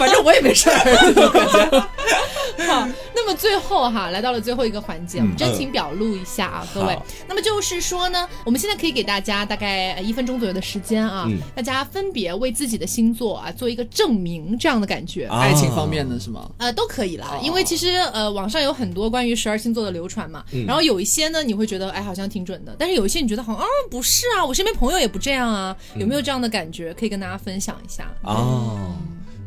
S3: 反正我也没事儿。
S1: 好，那么最后哈，来到了最后一个环节，我们真情表露一下啊，各位
S2: 嗯好。
S1: 那么就是说呢，我们现在可以给大家大概呃一分钟左右的时间啊，
S2: 嗯
S1: 大家分别为自己的星座啊做一个证明，这样的感觉。
S2: 啊
S3: 爱情方面的是吗？
S1: 呃，都可以啦，
S3: 哦
S1: 因为其实呃，网上有很多关于十二星座的流传嘛，
S2: 嗯
S1: 然后有一些呢，你会觉得哎，好像挺准的，但是有一些你觉得好像啊，不是啊，我身边朋友也不这样啊，有没有这样的感觉？可以跟大家分享一下。
S2: 嗯
S1: 嗯
S2: 啊。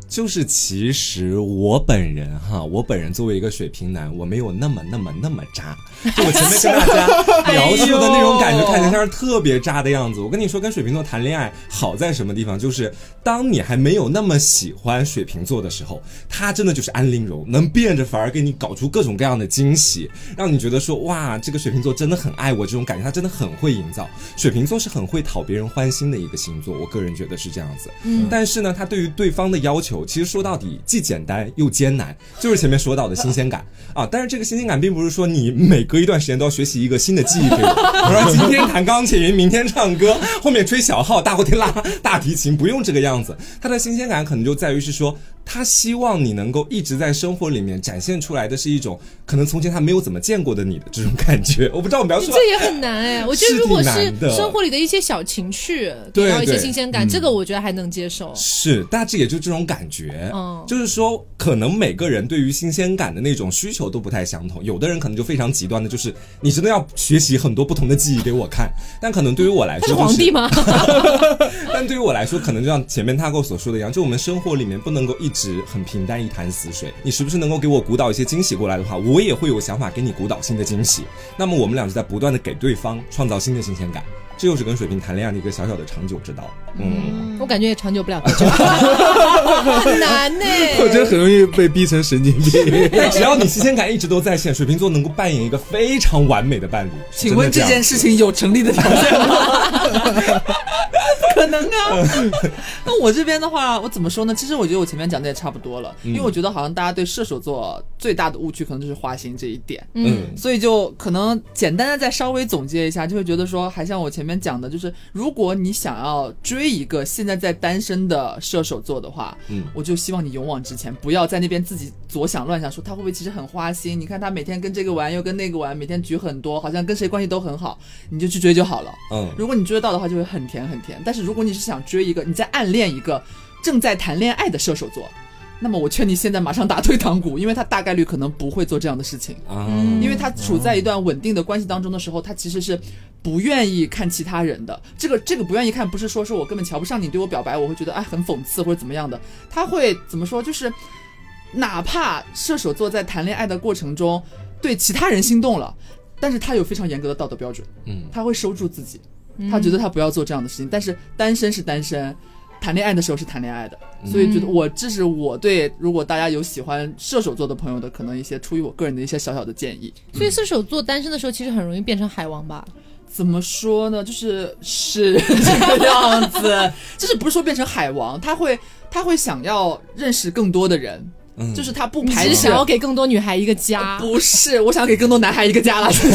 S2: 就是其实我本人哈，我本人作为一个水瓶男，我没有那么那么那么渣。就我前面跟大家描述的那种感觉，看起来像是特别渣的样子。我跟你说，跟水瓶座谈恋爱好在什么地方？就是当你还没有那么喜欢水瓶座的时候，他真的就是安陵容，能变着法儿给你搞出各种各样的惊喜，让你觉得说哇，这个水瓶座真的很爱我这种感觉，他真的很会营造。水瓶座是很会讨别人欢心的一个星座，我个人觉得是这样子。但是呢，他对于对方的要求，其实说到底既简单又艰难，就是前面说到的新鲜感啊。但是这个新鲜感并不是说你每隔一段时间都要学习一个新的技艺给我，我说今天弹钢琴，明天唱歌，后面吹小号、大后天拉大提琴，不用这个样子。他的新鲜感可能就在于是说，他希望你能够一直在生活里面展现出来的是一种可能从前他没有怎么见过的你的这种感觉。我不知道我描述
S1: 这也很难哎，我觉得如果
S2: 是
S1: 是
S2: 挺难的
S1: 生活里的一些小情趣，
S2: 对
S1: 给到一些
S2: 对嗯
S1: 新鲜感，这个我觉得还能接受。
S2: 是，大致也就这种感觉。
S1: 嗯
S2: 就是说，可能每个人对于新鲜感的那种需求都不太相同。有的人可能就非常极端的，就是你真的要学习很多不同的技艺给我看。但可能对于我来
S1: 他是
S2: 说、就是，
S1: 皇帝吗？
S2: 但对于我来说，可能就像前面他跟我所说的一样，就我们生活里面不能够一直很平淡一潭死水。你时不时能够给我鼓捣一些惊喜过来的话，我也会有想法给你鼓捣新的惊喜。那么我们俩就在不断的给对方创造新的新鲜感，这又是跟水瓶谈恋爱的一个小小的长久之道。嗯，
S1: 我感觉也长久不了 多久，很难呢。
S4: 我觉得很容易被逼成神经病。
S2: 但只要你新鲜感一直都在线，水瓶座能够扮演一个非常完美的伴侣。
S3: 请问
S2: 真
S3: 这
S2: 的
S3: 件
S2: 样
S3: 事情有成立的条件吗？ 可能啊。那我这边的话，我怎么说呢？其实我觉得我前面讲的也差不多了，
S2: 嗯
S3: 因为我觉得好像大家对射手座最大的误区可能就是花心这一点。
S2: 嗯，
S3: 所以就可能简单的再稍微总结一下，就会觉得说，还像我前面讲的，就是如果你想要追一个现在在单身的射手座的话，
S2: 嗯
S3: 我就希望你勇往直前，不要在那边自己左想乱想，说他会不会其实很花心？你看他每天跟这个玩，又跟那个玩，每天局很多，好像跟谁关系都很好，你就去追就好了。
S2: 嗯
S3: 如果你追得到的话，就会很甜很甜。但是如果你是想追一个你在暗恋一个正在谈恋爱的射手座，那么我劝你现在马上打退堂鼓，因为他大概率可能不会做这样的事情。
S2: 啊，
S3: 因为他处在一段稳定的关系当中的时候，他其实是不愿意看其他人的。这个这个不愿意看，不是说是我根本瞧不上你对我表白，我会觉得哎很讽刺或者怎么样的。他会怎么说？就是哪怕射手座在谈恋爱的过程中对其他人心动了，但是他有非常严格的道德标准，
S2: 嗯
S3: 他会收住自己，
S1: 嗯
S3: 他觉得他不要做这样的事情。但是单身是单身。谈恋爱的时候是谈恋爱的，所以觉得我这是我对如果大家有喜欢射手座的朋友的，可能一些出于我个人的一些小小的建议。
S1: 所以射手座单身的时候，其实很容易变成海王吧？
S3: 怎么说呢？就是是这个样子， 就是不是说变成海王，他会他会想要认识更多的人，
S2: 嗯
S3: 就是啊他不
S1: 你
S3: 排
S1: 只是
S3: 斥。
S1: 想要给更多女孩一个
S2: 呃
S1: 家，
S3: 不是，我想给更多男孩一个家 了。现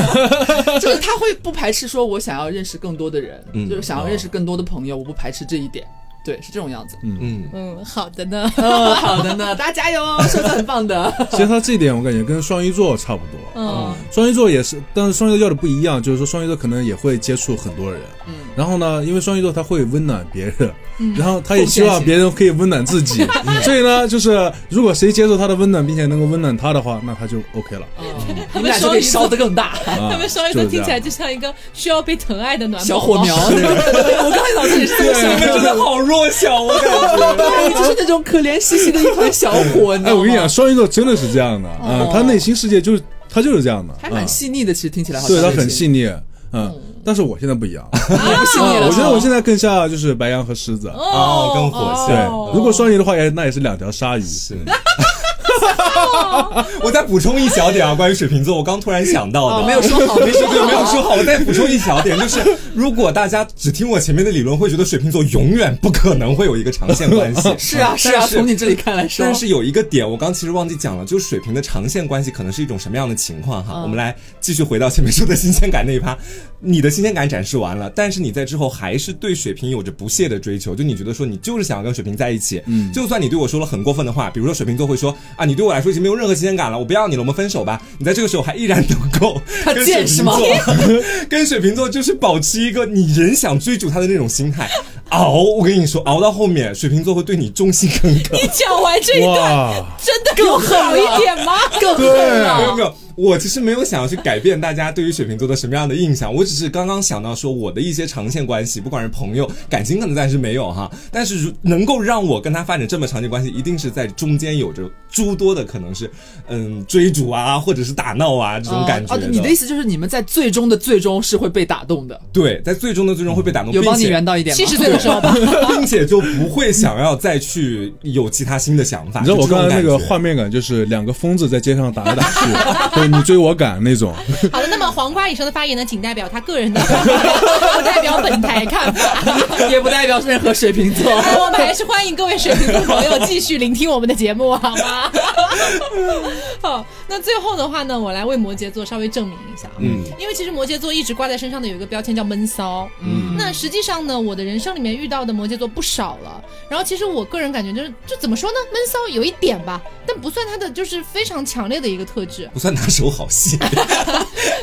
S3: 在就是他会不排斥说，我想要认识更多的人，
S2: 嗯
S3: 就是想要认识更多的朋友，我不排斥这一点。对，是这种样子。
S2: 嗯
S1: 嗯，好的呢。
S3: 哦，好的呢，大家加油哦，说的很棒的。
S4: 其实他这一点我感觉跟双鱼座差不多。
S1: 嗯，
S4: 双鱼座也是，但是双鱼座要的不一样，就是说双鱼座可能也会接触很多人，嗯，然后呢，因为双鱼座他会温暖别人，然后他也希望别人可以温暖自己， 所以呢，就是如果谁接受他的温暖，并且能够温暖他的话，那他就 OK 了
S3: 你们俩就可以 烧得更大。
S4: 啊。
S1: 他们双鱼座
S4: 就是这
S1: 听
S4: 样
S1: 起来就像一个需要被疼爱的暖宝
S3: 小火苗，那个 我刚才脑子里 是这么想
S2: 你们真的好弱小，哎我感
S3: 哎
S2: 觉。
S3: 对，就是那种可怜兮兮的一团小火。知道
S4: 哎，我跟你
S3: 吗
S4: 讲，，双鱼座真的是这样的啊，他内心世界就是他就是这样的，
S3: 还蛮
S4: 啊
S3: 细腻的，其实听起来好像
S4: 对他
S3: 是
S4: 很细腻，嗯，但是我现在不一样，啊
S3: 你也不细腻了。
S4: 我觉得我现
S3: 在
S4: 在更像就是白羊和狮子，
S2: 哦，跟火
S4: 对
S2: 象。，
S4: 如果双鱼的话，哎也那也是两条鲨鱼，
S2: 是。我再补充一小点啊，关于水瓶座，我刚突然想到的，
S3: 哦没有说好
S2: 没说 对，没有说好。我再补充一小点，就是如果大家只听我前面的理论，会觉得水瓶座永远不可能会有一个长线关系。
S3: 是啊是啊，
S2: 但是
S3: 从你这里看来说
S2: 但，是有一个点，我刚其实忘记讲了，就是水瓶的长线关系可能是一种什么样的情况
S3: 嗯
S2: 哈？我们来继续回到前面说的新鲜感那一趴。你的新鲜感展示完了，但是你在之后还是对水瓶有着不懈的追求，就你觉得说你就是想要跟水瓶在一起，嗯，就算你对我说了很过分的话，比如说水瓶座会说啊，你对我来说已经没有任何新鲜感了，我不要你了，我们分手吧。你在这个时候还依然能够
S3: 他
S2: 跟水
S3: 贱
S2: 瓶
S3: 是吗
S2: 座跟水瓶座就是保持一个你仍想追逐他的那种心态。熬，我跟你说，熬到后面，水瓶座会对你忠心耿耿。
S1: 讲完这一段，
S4: 哇，
S1: 真的有好一点吗？更
S4: 对
S3: 啊
S2: 没有没有，我其实没有想要去改变大家对于水瓶座的什么样的印象，我只是刚刚想到说我的一些长线关系，不管是朋友、感情，可能暂时没有哈，但是如能够让我跟他发展这么长线关系，一定是在中间有着诸多的可能是嗯追逐啊，或者是打闹啊这种感觉
S3: 哦，你的意思就是你们在最终的最终是会被打动的，
S2: 对，在最终的最终会被打动，
S3: 嗯
S2: 嗯
S3: 有
S2: 并
S3: 帮你
S2: 且
S3: 圆到一点吗？
S1: 七十岁的时候吧，
S2: 并且就不会想要再去有其他新的想法。
S4: 你知道我
S2: 就这种
S4: 刚才那个
S2: 感觉
S4: 画面感就是两个疯子在街上打来打去， 对你追我赶那种。
S1: 好的，那么黄瓜以上的发言呢，仅代表他个人的看法，不代表本台看法。
S3: 也不代表任何水瓶 座。
S1: 那我们还是欢迎各位水瓶座朋友继续聆听我们的节目，好吗？好，那最后的话呢，我来为摩羯座稍微证明一下，嗯，因为其实摩羯座一直挂在身上的有一个标签叫闷骚，嗯，那实际上呢，我的人生里面面遇到的摩羯座不少了。然后其实我个人感觉就是，就怎么说呢，闷骚有一点吧，但不算他的就是非常强烈的一个特质。
S2: 不算拿手好戏。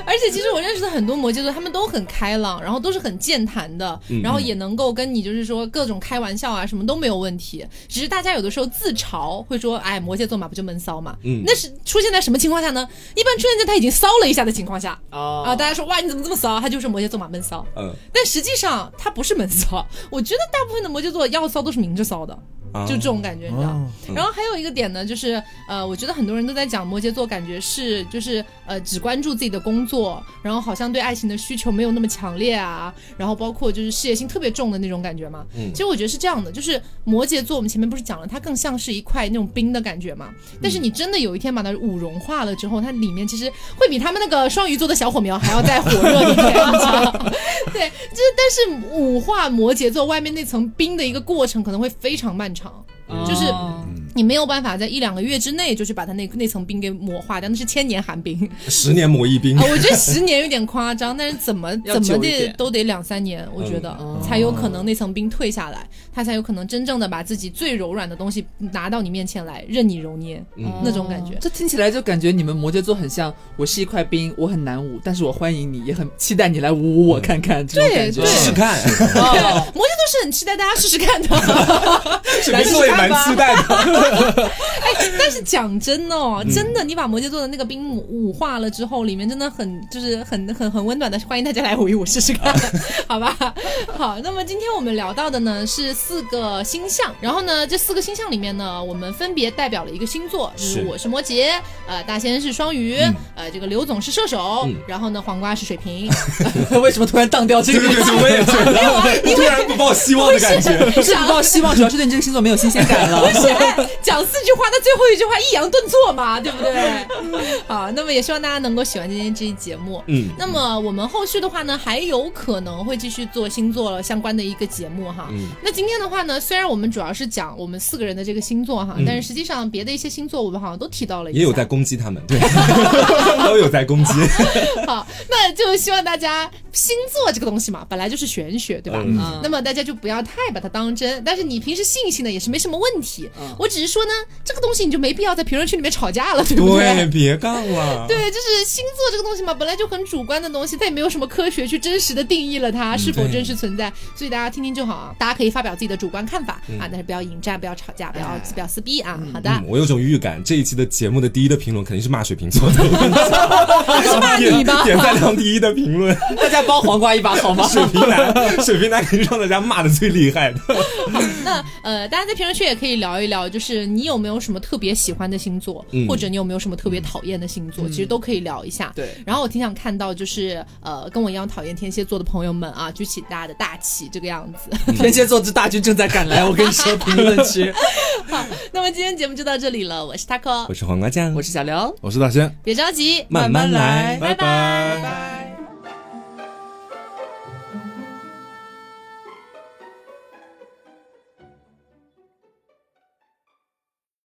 S1: 而且其实我认识的很多摩羯座，他们都很开朗，然后都是很健谈的，然后也能够跟你就是说各种开玩笑啊，什么都没有问题。只是大家有的时候自嘲会说，哎，摩羯座嘛不就闷骚嘛？
S2: 嗯
S1: 那是出现在什么情况下呢？一般出现在他已经骚了一下的情况下
S3: 哦
S1: 啊，大家说哇你怎么这么骚？他就是摩羯座嘛闷骚。
S2: 嗯，
S1: 但实际上他不是闷骚，我觉得大部分的摩羯座要骚都是明着骚的。
S2: 啊
S1: 就这种感觉，你知道。
S4: 哦
S1: 然后还有一个点呢，就是呃，我觉得很多人都在讲摩羯座，感觉是就是呃只关注自己的工作，然后好像对爱情的需求没有那么强烈啊，然后包括就是事业心特别重的那种感觉嘛。
S2: 嗯
S1: 其实我觉得是这样的，就是摩羯座，我们前面不是讲了，它更像是一块那种冰的感觉嘛。但是你真的有一天把它捂融化了之后，它里面其实会比他们那个双鱼座的小火苗还要再火热一点，你知道吗？对，就是但是五化摩羯座外面那层冰的一个过程可能会非常漫长，就是
S3: 哦
S1: 你没有办法在一两个月之内就去把它那那层冰给抹化掉，那是千年寒冰
S2: 十年磨一兵
S1: 啊！。我觉得十年有点夸张，但是怎么怎
S3: 要
S1: 么
S3: 久一
S1: 的
S3: 点
S1: 都得两三年，我觉得、
S3: 嗯
S1: 才有可能那层冰退下来，它才有可能真正的把自己最柔软的东西拿到你面前来，任你揉捏、
S3: 嗯
S1: 那种感觉。
S3: 这听起来就感觉你们摩羯座很像，我是一块冰，我很难舞，但是我欢迎你，也很期待你来舞我看看。这种
S1: 对
S3: 感觉
S1: 对
S2: 试试 看，
S1: 对，摩羯座是很期待大家试试看的。
S2: 水瓶座也蛮期待的。
S1: 哎但是讲真哦，
S2: 嗯
S1: 真的，你把摩羯座的那个冰捂化了之后，里面真的很就是很很很温暖的，欢迎大家来捂一捂试试 看，好吧？好，那么今天我们聊到的呢是四个星象，然后呢这四个星象里面呢，我们分别代表了一个星座，就是
S2: 是嗯
S1: 我是摩羯，呃，大仙是双鱼，呃，这个刘总是射手，然后呢黄瓜是水瓶，
S3: 为什么突然荡掉 这
S2: 对
S3: 个？
S2: 对对，我也觉 得，突 然不抱希望的感觉。
S3: 不是不抱希望，主要是对你这个星座没有新鲜感
S2: 啊
S3: 了。
S1: 不是哎讲四句话，那最后一句话抑扬顿挫嘛，对不对？好，那么也希望大家能够喜欢今天这一节目。
S2: 嗯
S1: 那么我们后续的话呢，还有可能会继续做星座相关的一个节目哈。
S2: 嗯
S1: 那今天的话呢，虽然我们主要是讲我们四个人的这个星座哈，但是实际上别的一些星座我们好像都提到了一下，
S2: 嗯也有在攻击他们，对，都有在攻击。
S1: 好，那就希望大家星座这个东西嘛，本来就是玄学，对吧？
S2: 嗯
S1: 那么大家就不要太把它当真，但是你平时信一信呢，也是没什么问题。
S3: 嗯
S1: 我只是说呢，这个东西你就没必要在评论区里面吵架了，对不
S2: 对，别啊杠了。
S1: 对，就是星座这个东西嘛，本来就很主观的东西，它也没有什么科学去真实的定义了它是否
S2: 嗯对
S1: 真实存在，所以大家听听就好啊。大家可以发表自己的主观看法、啊，但是不要引战，不要吵架，不要、不要撕逼啊。好的，
S2: 嗯哎嗯，我有种预感，这一期的节目的第一的评论肯定是骂水瓶座的，
S1: 是骂你吧
S2: 点点赞量第一的评论，
S3: 大家帮黄瓜一把好吗？
S2: 水瓶男，水瓶男肯定是让大家骂的最厉害的。
S1: 那呃，大家在评论区也可以聊一聊，就是你有没有什么特别喜欢的星座，
S2: 嗯
S1: 或者你有没有什么特别讨厌的星座，其实都可以聊一下。
S3: 对
S1: 然后我挺想看到，就是呃，跟我一样讨厌天蝎座的朋友们啊，举起大家的大旗这个样子。
S3: 天蝎座之大军正在赶来，我跟你说，评论 区，
S1: 那么今天节目就到这里了，我是 taco，
S2: 我是黄瓜酱
S3: 我，是小刘。
S4: 我是大仙，
S1: 别着急，
S2: 慢慢来
S1: 拜拜。